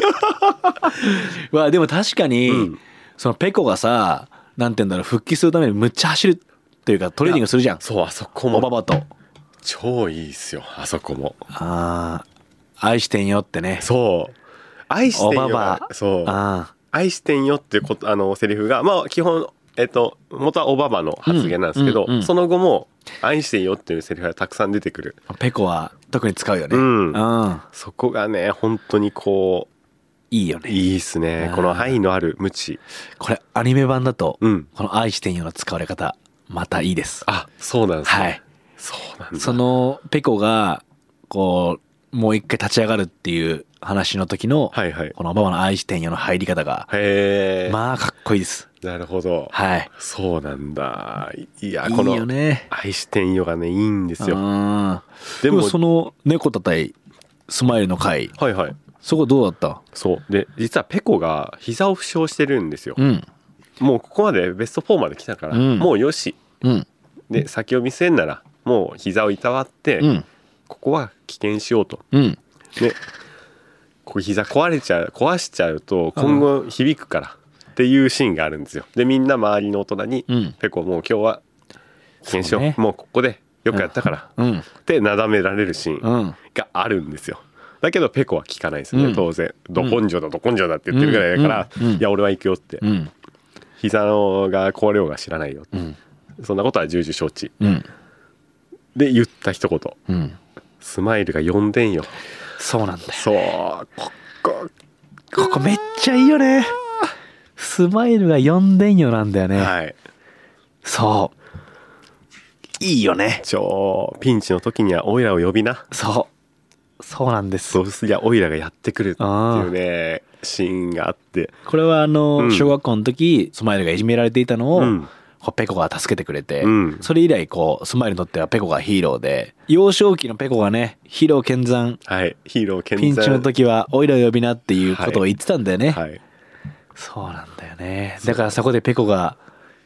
[SPEAKER 2] わあでも確かに、
[SPEAKER 3] うん
[SPEAKER 2] そのペコがさなんて言うんだろう復帰するためにむっちゃ走るっていうかトレーニングするじゃん
[SPEAKER 3] そうあそこ
[SPEAKER 2] おば
[SPEAKER 3] も
[SPEAKER 2] ばと
[SPEAKER 3] 超いいっすよあそこも
[SPEAKER 2] あー愛してんよってね
[SPEAKER 3] そう「愛してんよ」
[SPEAKER 2] おばば
[SPEAKER 3] そう
[SPEAKER 2] あ
[SPEAKER 3] 「愛してんよ」っていうことあのセリフがまあ基本えっと元はオバマの発言なんですけど、
[SPEAKER 2] うんうんうん
[SPEAKER 3] その後も「愛してんよ」っていうセリフがたくさん出てくる
[SPEAKER 2] ーペコは特に使うよね
[SPEAKER 3] うん
[SPEAKER 2] うん
[SPEAKER 3] そこがね本当にこ
[SPEAKER 2] いいよ
[SPEAKER 3] う
[SPEAKER 2] ね
[SPEAKER 3] いいっすねこの愛のある無知
[SPEAKER 2] これアニメ版だと、
[SPEAKER 3] うん
[SPEAKER 2] この「愛してんよ」の使われ方またいいです
[SPEAKER 3] あそうなんですね、
[SPEAKER 2] はい
[SPEAKER 3] そうなんだ
[SPEAKER 2] そのペコがこうもう一回立ち上がるっていう話の時の、
[SPEAKER 3] はいはい
[SPEAKER 2] この「ママの愛してんよ」の入り方が
[SPEAKER 3] へえ、
[SPEAKER 2] まあかっこいいです
[SPEAKER 3] なるほど、
[SPEAKER 2] はい
[SPEAKER 3] そうなんだいや
[SPEAKER 2] いい
[SPEAKER 3] この
[SPEAKER 2] よね
[SPEAKER 3] 愛してんよがねいいんですよ
[SPEAKER 2] うん
[SPEAKER 3] で
[SPEAKER 2] でも
[SPEAKER 3] も
[SPEAKER 2] その猫たたいスマイルの回
[SPEAKER 3] はいはい
[SPEAKER 2] そこどうだった
[SPEAKER 3] そうで実はペコが膝を負傷してるんですよ、
[SPEAKER 2] うん
[SPEAKER 3] もうここまでベスト4まで来たから、
[SPEAKER 2] うん
[SPEAKER 3] もうよし
[SPEAKER 2] うん
[SPEAKER 3] で先を見据えんならもう膝をいたわって、
[SPEAKER 2] うん
[SPEAKER 3] ここは棄権しようと
[SPEAKER 2] うん
[SPEAKER 3] でここ膝壊れちゃう壊しちゃうと今後響くからっていうシーンがあるんですよでみんな周りの大人に
[SPEAKER 2] うん
[SPEAKER 3] 「ペコもう今日は棄権しよう
[SPEAKER 2] そうね
[SPEAKER 3] もうここでよくやったから」
[SPEAKER 2] うん
[SPEAKER 3] ってなだめられるシーン
[SPEAKER 2] うん
[SPEAKER 3] があるんですよだけどペコは聞かないですよね、
[SPEAKER 2] うん
[SPEAKER 3] 当然「ど根性だど根性だ」って言ってるぐらいだから「
[SPEAKER 2] うんうん
[SPEAKER 3] いや俺は行くよ」って
[SPEAKER 2] うん
[SPEAKER 3] 「膝のが壊れようが知らないよ」って
[SPEAKER 2] うん
[SPEAKER 3] そんなことは重々承知
[SPEAKER 2] うん
[SPEAKER 3] で言った一言
[SPEAKER 2] うん
[SPEAKER 3] 「スマイルが呼んでんよ
[SPEAKER 2] そうなんだ」よ
[SPEAKER 3] そうここ
[SPEAKER 2] ここめっちゃいいよねスマイルが呼んでんよなんだよね、
[SPEAKER 3] はい
[SPEAKER 2] そういいよね
[SPEAKER 3] 超ピンチの時にはオイラを呼びな
[SPEAKER 2] そうそうなんです
[SPEAKER 3] どうすりゃオイラがやってくるっていうねシーンがあって
[SPEAKER 2] これはあの、
[SPEAKER 3] うん
[SPEAKER 2] 小学校の時スマイルがいじめられていたのを、
[SPEAKER 3] うん
[SPEAKER 2] こうペコが助けてくれて、
[SPEAKER 3] うん
[SPEAKER 2] それ以来こうスマイルにとってはペコがヒーローで幼少期のペコがねヒーロー健山
[SPEAKER 3] はいヒーロー健
[SPEAKER 2] ピン
[SPEAKER 3] 在
[SPEAKER 2] チの時はオイラを呼びなっていうことを
[SPEAKER 3] は
[SPEAKER 2] 言ってたんだよね、
[SPEAKER 3] はい
[SPEAKER 2] そうなんだよねだからそこでペコが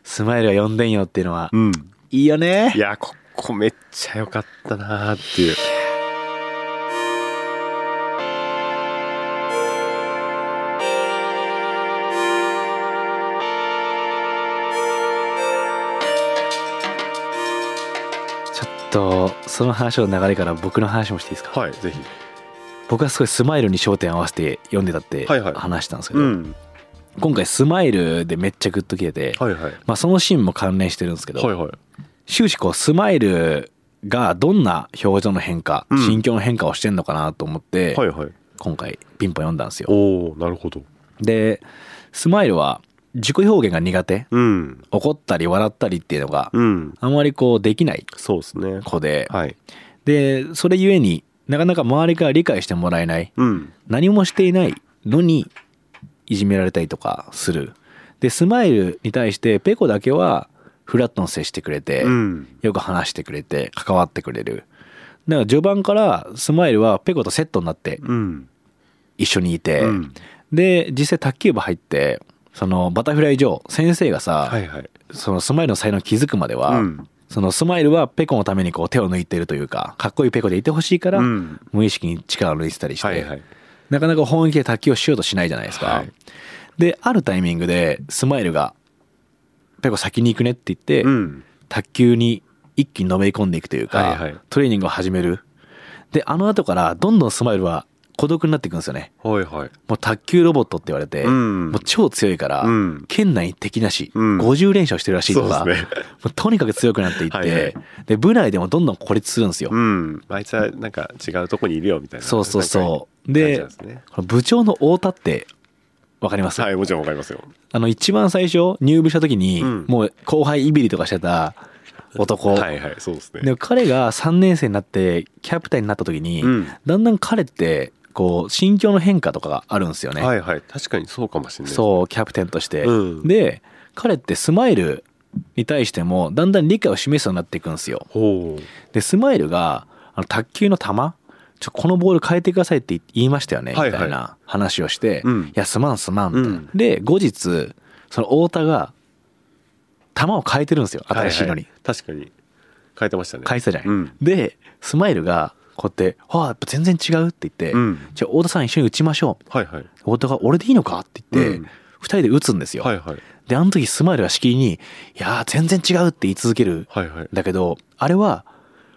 [SPEAKER 2] スマイルが呼んでんよっていうのは、
[SPEAKER 3] うん
[SPEAKER 2] いいよね
[SPEAKER 3] いやここめっちゃ良かったなーっていう
[SPEAKER 2] ちょっとその話の流れから僕の話もしていいですか、
[SPEAKER 3] はいぜひ
[SPEAKER 2] 僕はすごいスマイルに焦点を合わせて読んでたって
[SPEAKER 3] はいはい
[SPEAKER 2] 話したんですけど、
[SPEAKER 3] うん
[SPEAKER 2] 今回スマイルでめっちゃグッときてて、
[SPEAKER 3] はいはい
[SPEAKER 2] まあ、そのシーンも関連してるんですけど、
[SPEAKER 3] はいはい
[SPEAKER 2] 終始こうスマイルがどんな表情の変化、
[SPEAKER 3] うん
[SPEAKER 2] 心境の変化をしてんのかなと思って、
[SPEAKER 3] はいはい
[SPEAKER 2] 今回ピンポン読んだんですよ。
[SPEAKER 3] おおなるほど
[SPEAKER 2] でスマイルは自己表現が苦手
[SPEAKER 3] うん
[SPEAKER 2] 怒ったり笑ったりっていうのが
[SPEAKER 3] うん
[SPEAKER 2] あんまりこうできない
[SPEAKER 3] そうですね
[SPEAKER 2] 子で、
[SPEAKER 3] はい
[SPEAKER 2] でそれゆえになかなか周りから理解してもらえない
[SPEAKER 3] うん
[SPEAKER 2] 何もしていないのにいじめられたりとかするでスマイルに対してペコだけはフラットに接してくれて、
[SPEAKER 3] うん
[SPEAKER 2] よく話してくれて関わってくれるだから序盤からスマイルはペコとセットになって
[SPEAKER 3] うん
[SPEAKER 2] 一緒にいて、
[SPEAKER 3] うん
[SPEAKER 2] で実際卓球部入ってそのバタフライ上先生がさ、
[SPEAKER 3] はいはい
[SPEAKER 2] そのスマイルの才能に気づくまでは、
[SPEAKER 3] うん
[SPEAKER 2] そのスマイルはペコのためにこう手を抜いてるというかかっこいいペコでいてほしいから、
[SPEAKER 3] うん
[SPEAKER 2] 無意識に力を抜いてたりして、
[SPEAKER 3] はいはい
[SPEAKER 2] なかなか本気で卓球をしようとしないじゃないですか。
[SPEAKER 3] はい
[SPEAKER 2] で、あるタイミングで、スマイルが、ペコ先に行くねって言って、
[SPEAKER 3] うん
[SPEAKER 2] 卓球に一気にのめり込んでいくというか、
[SPEAKER 3] はいはい
[SPEAKER 2] トレーニングを始める。で、あの後から、どんどんスマイルは孤独になっていくんですよね。
[SPEAKER 3] はいはい
[SPEAKER 2] もう卓球ロボットって言われて、
[SPEAKER 3] うん
[SPEAKER 2] もう超強いから、
[SPEAKER 3] うん
[SPEAKER 2] 県内敵なし、
[SPEAKER 3] うん
[SPEAKER 2] 50連勝してるらしいとか、
[SPEAKER 3] そう です
[SPEAKER 2] も
[SPEAKER 3] ね
[SPEAKER 2] うとにかく強くなっていって、
[SPEAKER 3] はいはい
[SPEAKER 2] で、部内でもどんどん孤立するんですよ。
[SPEAKER 3] うんあいつはなんか違うとこにいるよみたいな
[SPEAKER 2] そうそうそう。
[SPEAKER 3] で
[SPEAKER 2] で、この部長の太田って、わかります
[SPEAKER 3] はいもちろんわかりますよ
[SPEAKER 2] あの一番最初入部した時に、
[SPEAKER 3] うん
[SPEAKER 2] もう後輩いびりとかしてた男、
[SPEAKER 3] はいはいそうですね
[SPEAKER 2] で彼が3年生になってキャプテンになった時に、
[SPEAKER 3] うん
[SPEAKER 2] だんだん彼ってこう心境の変化とかがあるんですよね、
[SPEAKER 3] はいはい確かにそうかもしれない
[SPEAKER 2] そうキャプテンとして、
[SPEAKER 3] うん
[SPEAKER 2] で彼ってスマイルに対してもだんだん理解を示すようになっていくんですよ
[SPEAKER 3] ほ
[SPEAKER 2] でスマイルがあの卓球の球ちょこのボール変えてくださいって言いましたよね、
[SPEAKER 3] はいはい
[SPEAKER 2] みたいな話をして「
[SPEAKER 3] うん
[SPEAKER 2] いやすまんすまん」みたいな、
[SPEAKER 3] うん
[SPEAKER 2] で後日その太田が球を変えてるんですよ
[SPEAKER 3] う
[SPEAKER 2] 新しいのに、
[SPEAKER 3] はは確かに変えてましたね
[SPEAKER 2] 変えてたじゃない、
[SPEAKER 3] うん
[SPEAKER 2] でスマイルがこうやって「ああやっぱ全然違う」って言って「
[SPEAKER 3] うん
[SPEAKER 2] じゃあ太田さん一緒に打ちましょう」
[SPEAKER 3] はいはい
[SPEAKER 2] 太田が「俺でいいのか?」って言って、
[SPEAKER 3] うん
[SPEAKER 2] 2人で打つんですよ、
[SPEAKER 3] はいはい
[SPEAKER 2] であの時スマイルがしきりに「いやー全然違う」って言い続ける
[SPEAKER 3] はいはい
[SPEAKER 2] だけどあれは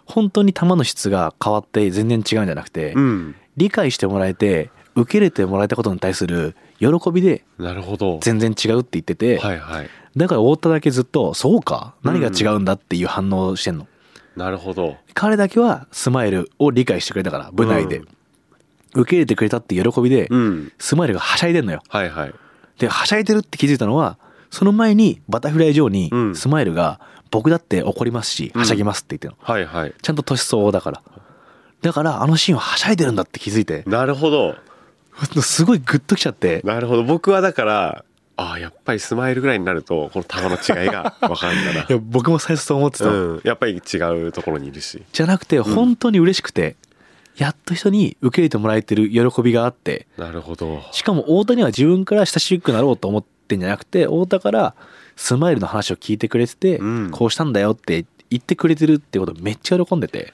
[SPEAKER 2] 本当に球の質が変わって全然違うんじゃなくて、
[SPEAKER 3] うん
[SPEAKER 2] 理解してもらえて受け入れてもらえたことに対する喜びで
[SPEAKER 3] なるほど
[SPEAKER 2] 全然違うって言ってて、
[SPEAKER 3] はいはい
[SPEAKER 2] だから太田だけずっと「そうか何が違うんだ」っていう反応をしてんの、
[SPEAKER 3] なるほど
[SPEAKER 2] 彼だけはスマイルを理解してくれたから部内で、
[SPEAKER 3] うん
[SPEAKER 2] 受け入れてくれたっていう喜びで、
[SPEAKER 3] うん
[SPEAKER 2] スマイルがはしゃいでんのよ
[SPEAKER 3] はいはい
[SPEAKER 2] ではしゃいでるって気づいたのはその前にバタフライ上に
[SPEAKER 3] うん
[SPEAKER 2] スマイルが「僕だって怒りますし
[SPEAKER 3] うん
[SPEAKER 2] はしゃぎます」って言ってるの、
[SPEAKER 3] はいはい
[SPEAKER 2] ちゃんと年相応だからだからあのシーンははしゃいでるんだって気づいて
[SPEAKER 3] なるほど
[SPEAKER 2] すごいグッときちゃって
[SPEAKER 3] なるほど僕はだからああやっぱりスマイルぐらいになるとこの球の違いが分かるんだな
[SPEAKER 2] い や僕も最初そう思ってたの、
[SPEAKER 3] うん、やっぱり違うところにいるし
[SPEAKER 2] じゃなくて本当に嬉しくて、やっと人に受け入れてもらえてる喜びがあって
[SPEAKER 3] なるほど
[SPEAKER 2] しかも太田には自分から親しくなろうと思ってんじゃなくて太田からスマイルの話を聞いてくれてて、
[SPEAKER 3] うん
[SPEAKER 2] こうしたんだよって言ってくれてるってことめっちゃ喜んでて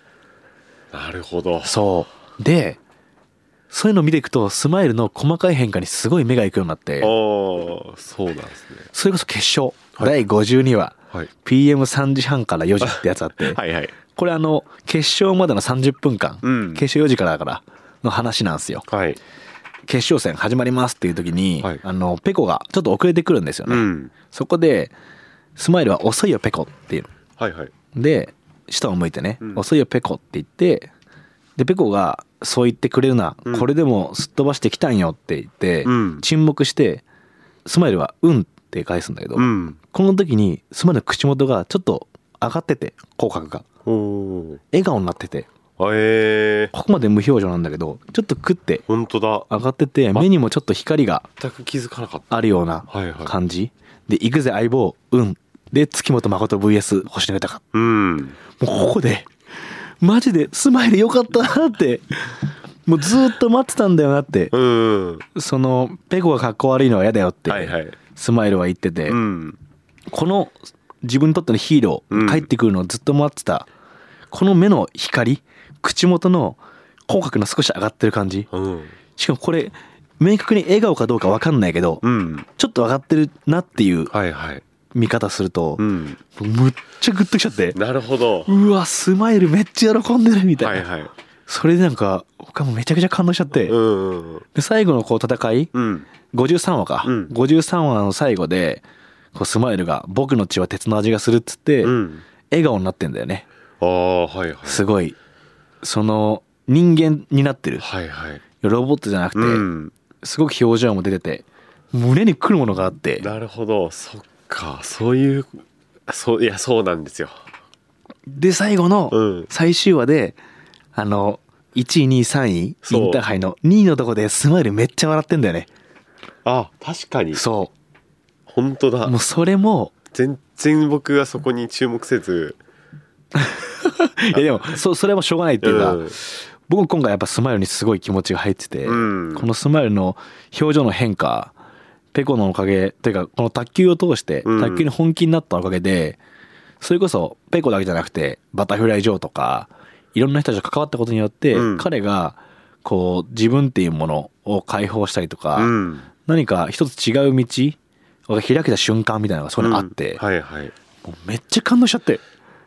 [SPEAKER 3] なるほど
[SPEAKER 2] そうでそういうの見ていくとスマイルの細かい変化にすごい目がいくようになって
[SPEAKER 3] おーそうなんですね
[SPEAKER 2] それこそ決勝、
[SPEAKER 3] はい
[SPEAKER 2] 第52話
[SPEAKER 3] はい
[SPEAKER 2] PM3 時半から4時ってやつあって、
[SPEAKER 3] はいはい
[SPEAKER 2] これあの決勝までの30分間、
[SPEAKER 3] うん
[SPEAKER 2] 決勝4時からだからの話なんですよ
[SPEAKER 3] はい
[SPEAKER 2] 決勝戦始まりますっていう時に、
[SPEAKER 3] はい
[SPEAKER 2] あのペコがちょっと遅れてくるんですよね、
[SPEAKER 3] うん
[SPEAKER 2] そこでスマイルは「遅いよペコ」っていう
[SPEAKER 3] はいはい
[SPEAKER 2] で下を向いてね「
[SPEAKER 3] うん
[SPEAKER 2] 遅いよペコ」って言ってでペコが「そう言ってくれるな、
[SPEAKER 3] うん
[SPEAKER 2] これでもすっ飛ばしてきたんよ」って言って、
[SPEAKER 3] うん
[SPEAKER 2] 沈黙してスマイルは「うん」って返すんだけど、
[SPEAKER 3] うん
[SPEAKER 2] この時にスマイルの口元がちょっと上がってて口角が
[SPEAKER 3] おお
[SPEAKER 2] 笑顔になってて
[SPEAKER 3] ええ
[SPEAKER 2] ここまで無表情なんだけどちょっとクッて
[SPEAKER 3] 本当だ
[SPEAKER 2] 上がってて目にもちょっと光が
[SPEAKER 3] 全く気づかなかった
[SPEAKER 2] あるような
[SPEAKER 3] はいはい
[SPEAKER 2] 感じで「行くぜ相棒うん」で月本誠 VS 星野豊
[SPEAKER 3] うん
[SPEAKER 2] もうここでマジでスマイルよかったなってもうずーっと待ってたんだよなって
[SPEAKER 3] うん
[SPEAKER 2] そのペコがかっこ悪いのは嫌だよって
[SPEAKER 3] はいはい
[SPEAKER 2] スマイルは言ってて
[SPEAKER 3] うん
[SPEAKER 2] この自分にとってのヒーロ
[SPEAKER 3] う
[SPEAKER 2] ー
[SPEAKER 3] ん
[SPEAKER 2] 帰ってくるのをずっと待ってたこの目の光口元の口角の少し上がってる感じ
[SPEAKER 3] うん
[SPEAKER 2] しかもこれ明確に笑顔かどうか分かんないけど、
[SPEAKER 3] うん
[SPEAKER 2] ちょっと分かってるなっていう
[SPEAKER 3] はいはい
[SPEAKER 2] 見方すると
[SPEAKER 3] う、ん
[SPEAKER 2] むっちゃグッときちゃって
[SPEAKER 3] なるほど
[SPEAKER 2] うわスマイルめっちゃ喜んでるみたい
[SPEAKER 3] は
[SPEAKER 2] な、
[SPEAKER 3] いはい
[SPEAKER 2] それでなんか他もめちゃくちゃ感動しちゃって、
[SPEAKER 3] うんうん
[SPEAKER 2] で最後のこう戦い
[SPEAKER 3] うん
[SPEAKER 2] 53話か、
[SPEAKER 3] うん
[SPEAKER 2] 53話の最後でこうスマイルが「僕の血は鉄の味がする」っつって、
[SPEAKER 3] うん
[SPEAKER 2] 笑顔になってんだよね
[SPEAKER 3] ああはいはい
[SPEAKER 2] すごいその人間になってる
[SPEAKER 3] はいはい
[SPEAKER 2] ロボットじゃなくて、
[SPEAKER 3] うん
[SPEAKER 2] すごく表情も出てて胸にくるものがあって
[SPEAKER 3] なるほどそっかそういうそういやそうなんですよ
[SPEAKER 2] で最後
[SPEAKER 3] う
[SPEAKER 2] の
[SPEAKER 3] ん
[SPEAKER 2] 最終話で、あの1位2位3位イ
[SPEAKER 3] そう
[SPEAKER 2] ンターハイの2位のとこでスマイルめっちゃ笑ってんだよね
[SPEAKER 3] あ確かに
[SPEAKER 2] そ
[SPEAKER 3] 本当だ
[SPEAKER 2] うもうそれも
[SPEAKER 3] 全然僕はそこに注目せず
[SPEAKER 2] いやでもそそれもしょうがないっていうか、
[SPEAKER 3] うん
[SPEAKER 2] 僕も今回やっぱスマイルにすごい気持ちが入ってて、
[SPEAKER 3] うん
[SPEAKER 2] このスマイルの表情の変化ペコのおかげというかこの卓球を通して
[SPEAKER 3] うん
[SPEAKER 2] 卓球に本気になったおかげで、それこそペコだけじゃなくてバタフライ上とかいろんな人たちが関わったことによって、
[SPEAKER 3] うん
[SPEAKER 2] 彼がこう自分っていうものを解放したりとか、
[SPEAKER 3] うん
[SPEAKER 2] 何か一つ違う道が開けた瞬間みたいなのがそこにあって、
[SPEAKER 3] うんはいはい
[SPEAKER 2] もうめっちゃ感動しちゃって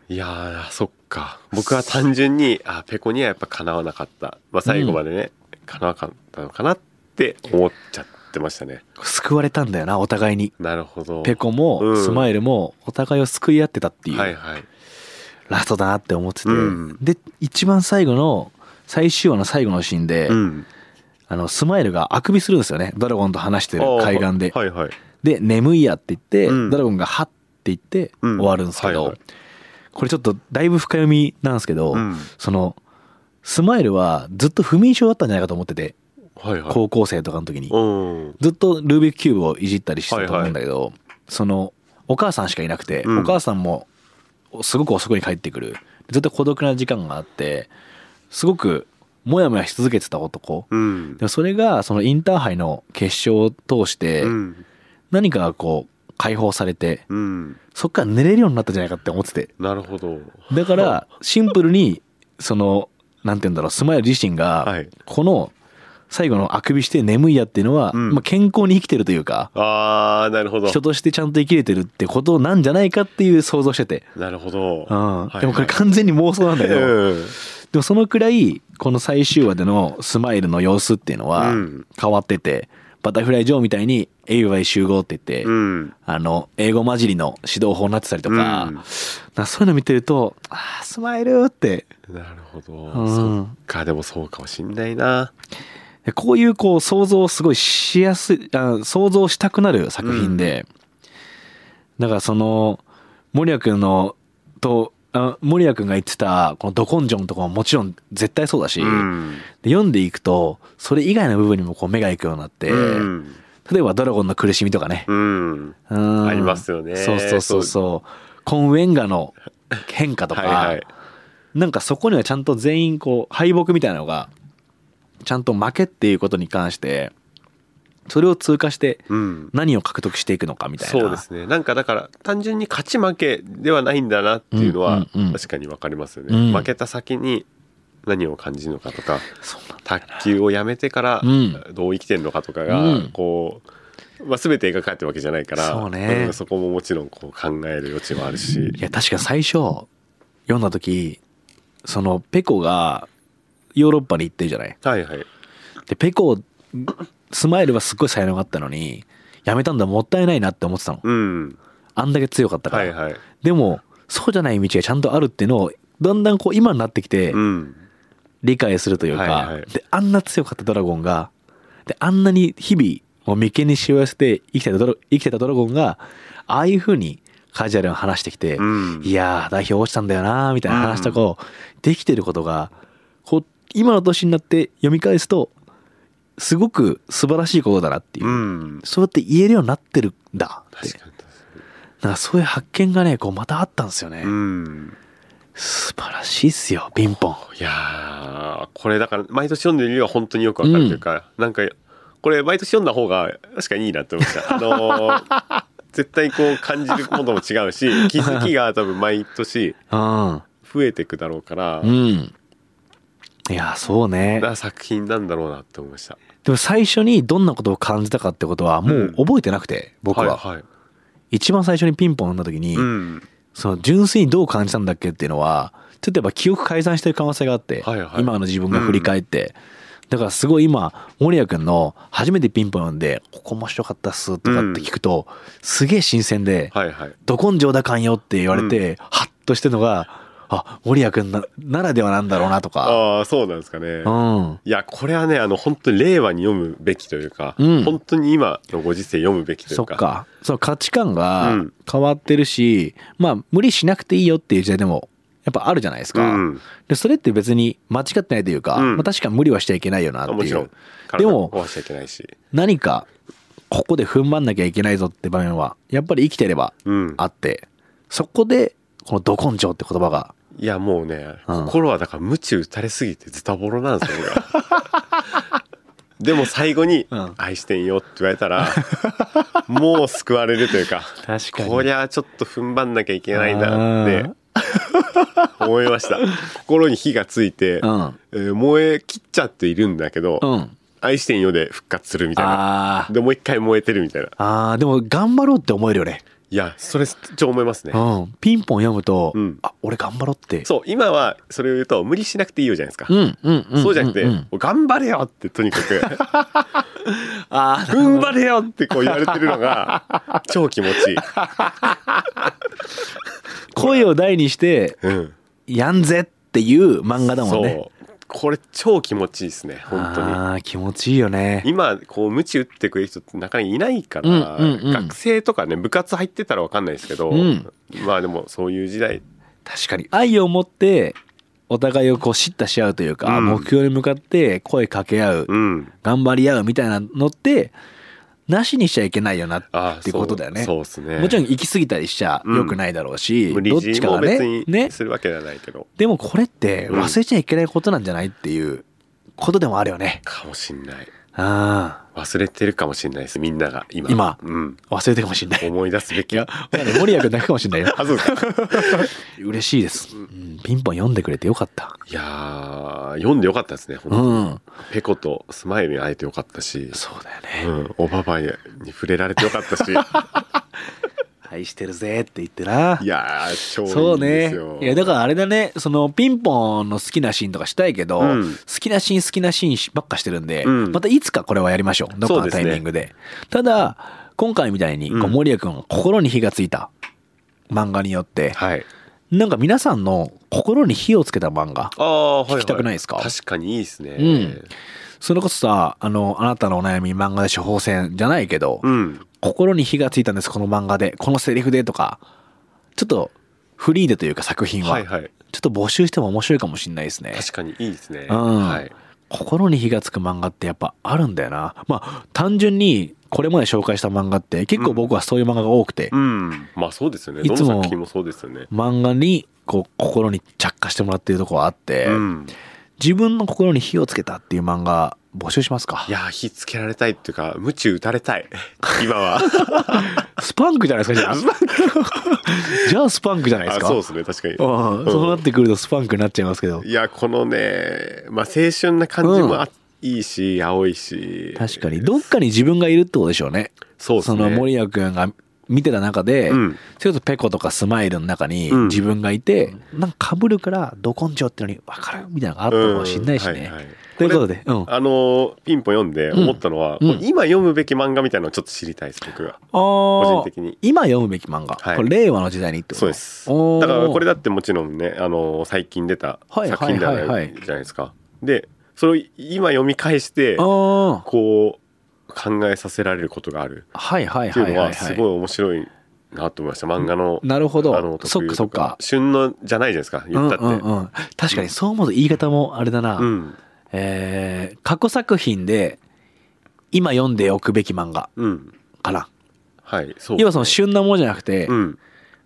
[SPEAKER 3] いやーそっか僕は単純にあペコにはやっぱかなわなかった、まあ、最後までね、かなわなかったのかなって思っちゃってましたね
[SPEAKER 2] 救われたんだよなお互いに。
[SPEAKER 3] なるほど
[SPEAKER 2] ペコも
[SPEAKER 3] うん
[SPEAKER 2] スマイルもお互いを救い合ってたってい
[SPEAKER 3] はいうはい
[SPEAKER 2] ラストだなって思ってて、
[SPEAKER 3] うん
[SPEAKER 2] で一番最後の最終話の最後のシーンで、
[SPEAKER 3] うん
[SPEAKER 2] あのスマイルがあくびするんですよねドラゴンと話してる海岸で、
[SPEAKER 3] あーはいはい
[SPEAKER 2] で「眠いや」って言って、
[SPEAKER 3] うん
[SPEAKER 2] ドラゴンが「は」って言って
[SPEAKER 3] うん
[SPEAKER 2] 終わるんですけど、
[SPEAKER 3] はいはい
[SPEAKER 2] これちょっとだいぶ深読みなんですけど、
[SPEAKER 3] うん
[SPEAKER 2] そのスマイルはずっと不眠症だったんじゃないかと思ってて
[SPEAKER 3] はいはい。
[SPEAKER 2] 高校生とかの時に
[SPEAKER 3] うん。
[SPEAKER 2] ずっとルービックキューブをいじったりしてたと思うんだけど、そのお母さんしかいなくて、
[SPEAKER 3] うん
[SPEAKER 2] お母さんもすごく遅くに帰ってくるずっと孤独な時間があってすごくモヤモヤし続けてた男、
[SPEAKER 3] うん
[SPEAKER 2] で。もそれがそのインターハイの決勝を通して
[SPEAKER 3] うん。
[SPEAKER 2] 何かがこう解放されて
[SPEAKER 3] うん。
[SPEAKER 2] そっから寝れるようになったんじゃないかって思ってて
[SPEAKER 3] なるほど。
[SPEAKER 2] だからシンプルにそのなんて言うんだろうスマイル自身
[SPEAKER 3] は
[SPEAKER 2] が
[SPEAKER 3] い
[SPEAKER 2] この最後のあくびして眠いやっていうのは、
[SPEAKER 3] うん
[SPEAKER 2] まあ、健康に生きてるというか
[SPEAKER 3] ああ、なるほど。
[SPEAKER 2] 人としてちゃんと生きれてるってことなんじゃないかっていう想像してて、
[SPEAKER 3] なるほど。
[SPEAKER 2] うん
[SPEAKER 3] はいはい
[SPEAKER 2] でもこれ完全に妄想なんだけど、
[SPEAKER 3] うん。
[SPEAKER 2] でもそのくらいこの最終話でのスマイルの様子っていうのは
[SPEAKER 3] うん
[SPEAKER 2] 変わってて、バタフライ・ジョーみたいに「AY 集合」って言って、
[SPEAKER 3] うん。
[SPEAKER 2] あの英語混じりの指導法になってたりとか,、
[SPEAKER 3] うん
[SPEAKER 2] なんかそういうの見てると「ああスマイル」って
[SPEAKER 3] なるほど。
[SPEAKER 2] ん
[SPEAKER 3] そっか、でもそうかもしんないな。
[SPEAKER 2] こういうこう想像をすごいしやすいあ想像したくなる作品で、だからその森谷君のとあ森谷君が言ってたこの「ど根性」のところももちろん絶対そうだし、
[SPEAKER 3] うん。
[SPEAKER 2] で読んでいくとそれ以外の部分にもこう目が行くようになって、
[SPEAKER 3] うん
[SPEAKER 2] 例えば「ドラゴンの苦しみ」とかね、
[SPEAKER 3] うん。
[SPEAKER 2] うん
[SPEAKER 3] ありますよね
[SPEAKER 2] そうそうそうそうコンウェンガの変化とか
[SPEAKER 3] はいはい
[SPEAKER 2] なんかそこにはちゃんと全員こう敗北みたいなのがちゃんと負けっていうことに関してそれを通過して
[SPEAKER 3] うん。
[SPEAKER 2] 何を獲得していくのかみたいな
[SPEAKER 3] そうですねなんかだから単純に勝ち負けではないんだなっていうのは
[SPEAKER 2] うんうんうん
[SPEAKER 3] 確かに分かりますよね、
[SPEAKER 2] うん
[SPEAKER 3] 負けた先に何を感じるのかとか
[SPEAKER 2] そうなんだ
[SPEAKER 3] 卓球をやめてから
[SPEAKER 2] うん
[SPEAKER 3] どう生きてるのかとか
[SPEAKER 2] う
[SPEAKER 3] が
[SPEAKER 2] ん
[SPEAKER 3] こう、まあ、全て描かれてるわけじゃないから
[SPEAKER 2] そうね
[SPEAKER 3] んそこももちろんこう考える余地もあるし
[SPEAKER 2] いや確か最初読んだ時そのペコがヨーロッパに行ってるじゃない
[SPEAKER 3] はいはい
[SPEAKER 2] でペコスマイルはすっごい才能があったのにやめたんだもったいないなって思ってたの
[SPEAKER 3] うん
[SPEAKER 2] あんだけ強かったから、
[SPEAKER 3] はいはい
[SPEAKER 2] でもそうじゃない道がちゃんとあるっていうのをだんだんこう今になってきて
[SPEAKER 3] うん
[SPEAKER 2] 理解するというか、
[SPEAKER 3] はいはい
[SPEAKER 2] であんな強かったドラゴンがであんなに日々もう眉間にしわ寄せて生きてたドラ生きてたドラゴンがああいうふうにカジュアルに話してきて、
[SPEAKER 3] うん
[SPEAKER 2] いやー代表落ちたんだよなーみたいな話とかをできてることがこう今の年になって読み返すとすごく素晴らしいことだなっていう、
[SPEAKER 3] うん
[SPEAKER 2] そうやって言えるようになってるんだって
[SPEAKER 3] 確かに確か
[SPEAKER 2] なんかそういう発見がねこうまたあったんですよね、
[SPEAKER 3] にうん
[SPEAKER 2] 素晴らしいっすよピンポン
[SPEAKER 3] いやーこれだから毎年読んでるよりは本当によくわかるというか、なんかこれ毎年読んだ方が確かにいいなって思い ました。あのー絶対こう感じるものも違うし気づきが多分毎年
[SPEAKER 2] うん
[SPEAKER 3] 増えていくだろうから,、
[SPEAKER 2] うんいやそうね
[SPEAKER 3] 作品なんだろうなって思いました。
[SPEAKER 2] でも最初にどんなことを感じたかってことはもう覚えてなくて、僕は、
[SPEAKER 3] はいはい
[SPEAKER 2] 一番最初にピンポン読んだ時に、
[SPEAKER 3] うん
[SPEAKER 2] その純粋にどう感じたんだっけっていうのはちょっとやっぱ記憶改ざんしてる可能性があって、
[SPEAKER 3] はいはい
[SPEAKER 2] 今の自分が振り返って、だからすごい今森谷君の初めてピンポン読んで「ここ面白かったっす」とかって聞くと、すげえ新鮮で、
[SPEAKER 3] はいはい
[SPEAKER 2] ど根性だかんよって言われて、ハッとしてるのが、あ、森谷くんなならではなんだろうなとか。
[SPEAKER 3] ああそうなんですかね。
[SPEAKER 2] うん。
[SPEAKER 3] いやこれはねあの本当に令和に読むべきというか、
[SPEAKER 2] うん
[SPEAKER 3] 本当に今のご時世読むべきとい
[SPEAKER 2] そうっ
[SPEAKER 3] か
[SPEAKER 2] か。その価値観
[SPEAKER 3] う
[SPEAKER 2] が
[SPEAKER 3] ん
[SPEAKER 2] 変わってるし、まあ無理しなくていいよっていう時代でもやっぱあるじゃないですか。
[SPEAKER 3] うん
[SPEAKER 2] でそれって別に間違ってないというか、
[SPEAKER 3] うん
[SPEAKER 2] まあ確かに無理はしちゃいけないよなって
[SPEAKER 3] も
[SPEAKER 2] い
[SPEAKER 3] ちろ。
[SPEAKER 2] うん
[SPEAKER 3] 体
[SPEAKER 2] で
[SPEAKER 3] も
[SPEAKER 2] も
[SPEAKER 3] 壊しちゃいけないし。
[SPEAKER 2] 何かここで踏ん張んなきゃいけないぞって場面はやっぱり生きてれば
[SPEAKER 3] うん
[SPEAKER 2] あって、そこでこの「ど根性」って言葉が
[SPEAKER 3] いやもうね、
[SPEAKER 2] うん
[SPEAKER 3] 心はだから無知打たれすぎてズタボロなんですよ僕は でも最後に
[SPEAKER 2] うん
[SPEAKER 3] 「愛してんよ」って言われたらもう救われるというか
[SPEAKER 2] 確
[SPEAKER 3] こりゃちょっと踏ん張んなきゃいけないなって
[SPEAKER 2] あ
[SPEAKER 3] 思いました心に火がついて、
[SPEAKER 2] うん
[SPEAKER 3] えー燃え切っちゃっているんだけど「
[SPEAKER 2] うん。
[SPEAKER 3] 愛してんよ」で復活するみたいな
[SPEAKER 2] あー
[SPEAKER 3] でもう一回燃えてるみたいな
[SPEAKER 2] あーでも頑張ろうって思えるよね、
[SPEAKER 3] いやそれちょっと思いますね
[SPEAKER 2] うん、ピンポン読むと、
[SPEAKER 3] うん
[SPEAKER 2] あ俺頑張ろうって
[SPEAKER 3] そう今はそれを言うと無理しなくていいよじゃないですか、
[SPEAKER 2] んうんうん
[SPEAKER 3] そうじゃなくて、
[SPEAKER 2] んん
[SPEAKER 3] 頑張れよってとに かく、
[SPEAKER 2] あー
[SPEAKER 3] 踏ん張れよってこう言われてる のが、超気持ちいい。
[SPEAKER 2] 声を大にして
[SPEAKER 3] うん。
[SPEAKER 2] やんぜっていう漫画だもんね
[SPEAKER 3] そう。これ超気持ちいいですね、本当に。
[SPEAKER 2] あー気持ちいいよね
[SPEAKER 3] 今、こう、無知打ってくれる人ってなかなかいないから、
[SPEAKER 2] うんうんうん
[SPEAKER 3] 学生とかね、部活入ってたらわかんないですけど、
[SPEAKER 2] うん
[SPEAKER 3] まあでもそういう時代
[SPEAKER 2] 確かに愛を持ってお互いをこう叱咤し合うというか、
[SPEAKER 3] うん
[SPEAKER 2] 目標に向かって声かけ合う、
[SPEAKER 3] うん。
[SPEAKER 2] 頑張り合うみたいなのってなしにしちゃいけないよな
[SPEAKER 3] あ
[SPEAKER 2] っていうことだよね
[SPEAKER 3] そうですね。
[SPEAKER 2] もちろん行き過ぎたりしちゃ良くないだろうし、
[SPEAKER 3] 無
[SPEAKER 2] ど
[SPEAKER 3] 理
[SPEAKER 2] っち
[SPEAKER 3] 人
[SPEAKER 2] か
[SPEAKER 3] も
[SPEAKER 2] が
[SPEAKER 3] 別
[SPEAKER 2] ねね
[SPEAKER 3] にするわけではないけど。
[SPEAKER 2] でもこれって忘れちゃいけないことなんじゃないっていうことでもあるよね
[SPEAKER 3] かもしんない。
[SPEAKER 2] あ
[SPEAKER 3] 忘れてるかもしんないです。みんなが今。
[SPEAKER 2] 今
[SPEAKER 3] うん。
[SPEAKER 2] あ忘れてるかもしれないい
[SPEAKER 3] 思い出すべき。
[SPEAKER 2] やわかんない森谷君泣くかもしれ ないよ
[SPEAKER 3] あ、そう ですか。
[SPEAKER 2] 嬉しいです、うんピンポン読んでくれてよかった
[SPEAKER 3] いやー、読んでよかったですね。
[SPEAKER 2] う
[SPEAKER 3] 本当に
[SPEAKER 2] ん
[SPEAKER 3] ペコとスマイルに会えてよかったし、
[SPEAKER 2] そうだよね、
[SPEAKER 3] うん、オババイに触れられてよかった し、
[SPEAKER 2] 愛してるぜって言ってない
[SPEAKER 3] やー、超
[SPEAKER 2] そう
[SPEAKER 3] いいで
[SPEAKER 2] ね
[SPEAKER 3] すよ。
[SPEAKER 2] いやだからあれだねそのピンポンの好きなシーンとかしたいけど、
[SPEAKER 3] うん
[SPEAKER 2] 好きなシーン好きなシーンばっかしてるんで、
[SPEAKER 3] うん
[SPEAKER 2] またいつかこれはやりましょうどっか
[SPEAKER 3] そう
[SPEAKER 2] の
[SPEAKER 3] です
[SPEAKER 2] タ
[SPEAKER 3] ね
[SPEAKER 2] イミングでただ今回みたいにこう
[SPEAKER 3] うん
[SPEAKER 2] 森谷君の心に火がついた漫画によって、
[SPEAKER 3] はい。
[SPEAKER 2] なんか皆さんの心に火をつけた漫画
[SPEAKER 3] ああ、はい、はい。
[SPEAKER 2] 聞きたくないですか
[SPEAKER 3] 確かにいいですね。
[SPEAKER 2] それこそさあのあなたのお悩み漫画で処方箋じゃないけど、
[SPEAKER 3] うん。
[SPEAKER 2] 心に火がついたんですこの漫画でこのセリフでとかちょっとフリーでというか作品は、
[SPEAKER 3] はいはい。
[SPEAKER 2] ちょっと募集しても面白いかもしれないですね。
[SPEAKER 3] 確かにいいですね。
[SPEAKER 2] うん
[SPEAKER 3] はい。
[SPEAKER 2] 心に火がつく漫画ってやっぱあるんだよな。まあ単純にこれまで紹介した漫画って結構僕はそういう漫画が多くて、
[SPEAKER 3] うん。まあそうですよね。
[SPEAKER 2] い
[SPEAKER 3] ど
[SPEAKER 2] つも
[SPEAKER 3] の作品もそうですよね。
[SPEAKER 2] 漫画にこう心に着火してもらっているところはあって、
[SPEAKER 3] うん。
[SPEAKER 2] 自分の心に火をつけたっていう漫画募集しますか
[SPEAKER 3] いやー、火つけられたいっていうか、無知打たれ たい。今は。
[SPEAKER 2] スパンクじゃないですかじゃあ。じゃあスパンクじゃないです
[SPEAKER 3] あ
[SPEAKER 2] か。
[SPEAKER 3] そうですね。確かに。
[SPEAKER 2] うんそうなってくるとスパンクになっちゃいますけど。
[SPEAKER 3] いや、このね、まあ青春な感じもあいいし、青いし。
[SPEAKER 2] 確かに。どっかに自分がいるってことでしょうね。
[SPEAKER 3] そうです
[SPEAKER 2] そ
[SPEAKER 3] ね。
[SPEAKER 2] の森谷くんが見てた中で、
[SPEAKER 3] うん
[SPEAKER 2] それこそペコとかスマイルの中に
[SPEAKER 3] うん
[SPEAKER 2] 自分がいて、なんか被るからど根性ってのに分かるみたいなのがあったかもしんないしね。
[SPEAKER 3] うんはいはい
[SPEAKER 2] ということで、うん。あ
[SPEAKER 3] あのーピンポン読んで思ったのは、
[SPEAKER 2] うん
[SPEAKER 3] こう今読むべき漫画みたいなのをちょっと知りたいです僕が個人的
[SPEAKER 2] ー
[SPEAKER 3] に
[SPEAKER 2] 今読むべき漫画、
[SPEAKER 3] はい
[SPEAKER 2] これ令和の時代にってこと
[SPEAKER 3] そうです
[SPEAKER 2] おー
[SPEAKER 3] だからこれだってもちろんね、あのー最近出た
[SPEAKER 2] は
[SPEAKER 3] 作
[SPEAKER 2] い
[SPEAKER 3] 品じゃ
[SPEAKER 2] はいは
[SPEAKER 3] ないい
[SPEAKER 2] は
[SPEAKER 3] じゃないですか、でそれを今読み返して
[SPEAKER 2] あー
[SPEAKER 3] こう考えさせられることがある
[SPEAKER 2] はいはい
[SPEAKER 3] ってい
[SPEAKER 2] は
[SPEAKER 3] う
[SPEAKER 2] い
[SPEAKER 3] の
[SPEAKER 2] はい、
[SPEAKER 3] はすごい
[SPEAKER 2] は
[SPEAKER 3] 面白いなと思いました漫画の
[SPEAKER 2] い。なるほ
[SPEAKER 3] あ
[SPEAKER 2] ど。
[SPEAKER 3] の
[SPEAKER 2] そ
[SPEAKER 3] 特有
[SPEAKER 2] っかそっか。
[SPEAKER 3] 旬のじゃないじゃないですか言ったって、
[SPEAKER 2] うんうんうん、確かにそう思うと言い方もあれだな、
[SPEAKER 3] うん
[SPEAKER 2] えー過去作品で今読んでおくべき漫画
[SPEAKER 3] うん
[SPEAKER 2] かな
[SPEAKER 3] はいそう
[SPEAKER 2] 要はその旬なものじゃなくて、
[SPEAKER 3] うん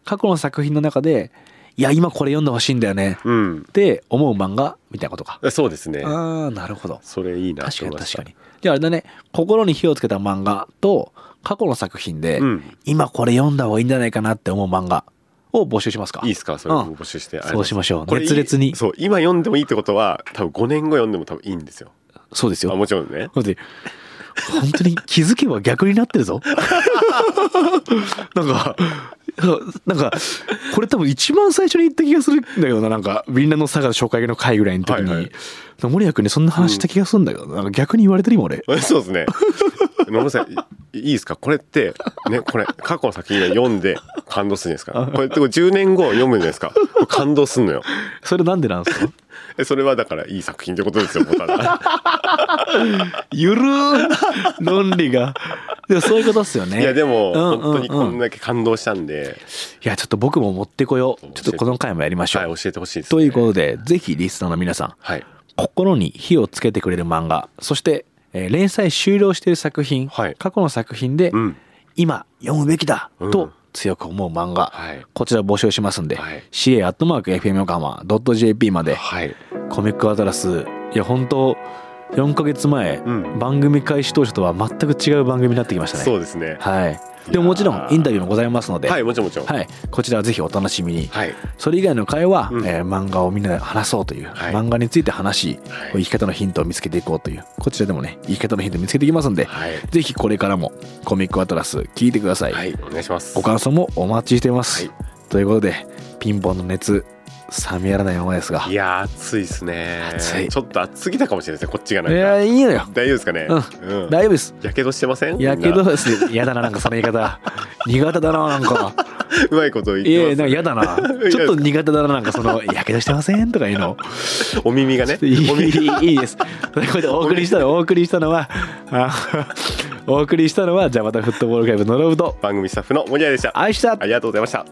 [SPEAKER 2] 過去の作品の中でいや今これ読んでほしいんだよね
[SPEAKER 3] うん
[SPEAKER 2] って思う漫画みたいなことか、
[SPEAKER 3] そうですね
[SPEAKER 2] ああなるほど
[SPEAKER 3] それいいな
[SPEAKER 2] 確
[SPEAKER 3] と
[SPEAKER 2] か
[SPEAKER 3] 思
[SPEAKER 2] に
[SPEAKER 3] いまし
[SPEAKER 2] 確か
[SPEAKER 3] た
[SPEAKER 2] にじゃああれだね心に火をつけた漫画と過去の作品で、
[SPEAKER 3] うん
[SPEAKER 2] 今これ読んだ方がいいんじゃないかなって思う漫画を募集しますか
[SPEAKER 3] いいですかそれも募集して、あれなんです
[SPEAKER 2] そうしましょう
[SPEAKER 3] これ
[SPEAKER 2] 熱烈に
[SPEAKER 3] そう今読んでもいいってことは多分5年後読んでも多分いいんですよ
[SPEAKER 2] そうです
[SPEAKER 3] あ
[SPEAKER 2] よ
[SPEAKER 3] もちろんね
[SPEAKER 2] だって本当に気づけば逆になってるぞ なんかなんかこれ多分一番最初に言った気がするんだけどななんか「みんなの佐賀紹介の会」ぐらいの時に、
[SPEAKER 3] はいはい
[SPEAKER 2] 森谷君にそんな話した気がするんだけど、なんか逆に言われてる今俺
[SPEAKER 3] そうで すね野村さんいいいですかこれってねこれ過去の作品を読んで感動するじゃないですかこれってこう10年後読むじゃないで すかこれ感動すんのよ
[SPEAKER 2] それなんでなんです か
[SPEAKER 3] えそれはだからいい作品ってことですよもうただ
[SPEAKER 2] ゆるー論理がでもそういうことっす よね
[SPEAKER 3] いやでも
[SPEAKER 2] うんうんうん
[SPEAKER 3] 本当にこんだけ感動したんで、
[SPEAKER 2] いやちょっと僕も持ってこようちょっとこの回もやりましょう、
[SPEAKER 3] はい教えてほしいです、ね、
[SPEAKER 2] ということでぜひリスナーの皆さん
[SPEAKER 3] はい
[SPEAKER 2] 心に火をつけてくれる漫画そして、えー連載終了している作品、
[SPEAKER 3] はい
[SPEAKER 2] 過去の作品で、
[SPEAKER 3] うん
[SPEAKER 2] 今読むべきだ
[SPEAKER 3] う
[SPEAKER 2] と
[SPEAKER 3] ん
[SPEAKER 2] 強く思う漫画、
[SPEAKER 3] はい
[SPEAKER 2] こちら募集しますんで、
[SPEAKER 3] はい
[SPEAKER 2] ca.fmyokohama.jp まで
[SPEAKER 3] はい
[SPEAKER 2] コミックアトラスいや本当4ヶ月前、
[SPEAKER 3] ん
[SPEAKER 2] 番組開始当初とは全く違う番組になってきましたね
[SPEAKER 3] そうですね
[SPEAKER 2] はいでももちろんインタビューもございますので、
[SPEAKER 3] はいもちろんもちろん
[SPEAKER 2] はいこちらはぜひお楽しみに、
[SPEAKER 3] はい
[SPEAKER 2] それ以外の会は、
[SPEAKER 3] うん
[SPEAKER 2] えー漫画をみんなで話そうという、
[SPEAKER 3] はい
[SPEAKER 2] 漫画について話し、
[SPEAKER 3] はい
[SPEAKER 2] こう生き方のヒントを見つけていこうというこちらでもね生き方のヒントを見つけていきますんで、
[SPEAKER 3] はい
[SPEAKER 2] ぜひこれからもコミックアトラス聞いてください、
[SPEAKER 3] はいお願いします
[SPEAKER 2] ご感想もお待ちしています、
[SPEAKER 3] はい
[SPEAKER 2] ということでピンポンの熱冷めやらないままですが
[SPEAKER 3] いやー暑いですね
[SPEAKER 2] 暑い
[SPEAKER 3] ちょっと暑すぎたかもしれないですねこっちがなん
[SPEAKER 2] いや
[SPEAKER 3] か
[SPEAKER 2] いいのよ
[SPEAKER 3] 大丈夫ですかね
[SPEAKER 2] うん、
[SPEAKER 3] うん
[SPEAKER 2] 大丈夫です
[SPEAKER 3] やけどしてません
[SPEAKER 2] やけど
[SPEAKER 3] みんな
[SPEAKER 2] です嫌だななんかその言い 方苦手だななんか
[SPEAKER 3] うまいこと言っ
[SPEAKER 2] いやいや
[SPEAKER 3] て
[SPEAKER 2] なんか嫌だなちょっと苦手だななんかそのやけどしてませんとか言うの
[SPEAKER 3] ますお耳がね
[SPEAKER 2] いい
[SPEAKER 3] お耳
[SPEAKER 2] いいです。ということでお送りしたのお送りしたのはあ お送りしたのはじゃあまたフットボールクラブのロブと
[SPEAKER 3] 番組スタッフの森谷でした
[SPEAKER 2] 愛した
[SPEAKER 3] ありがとうございました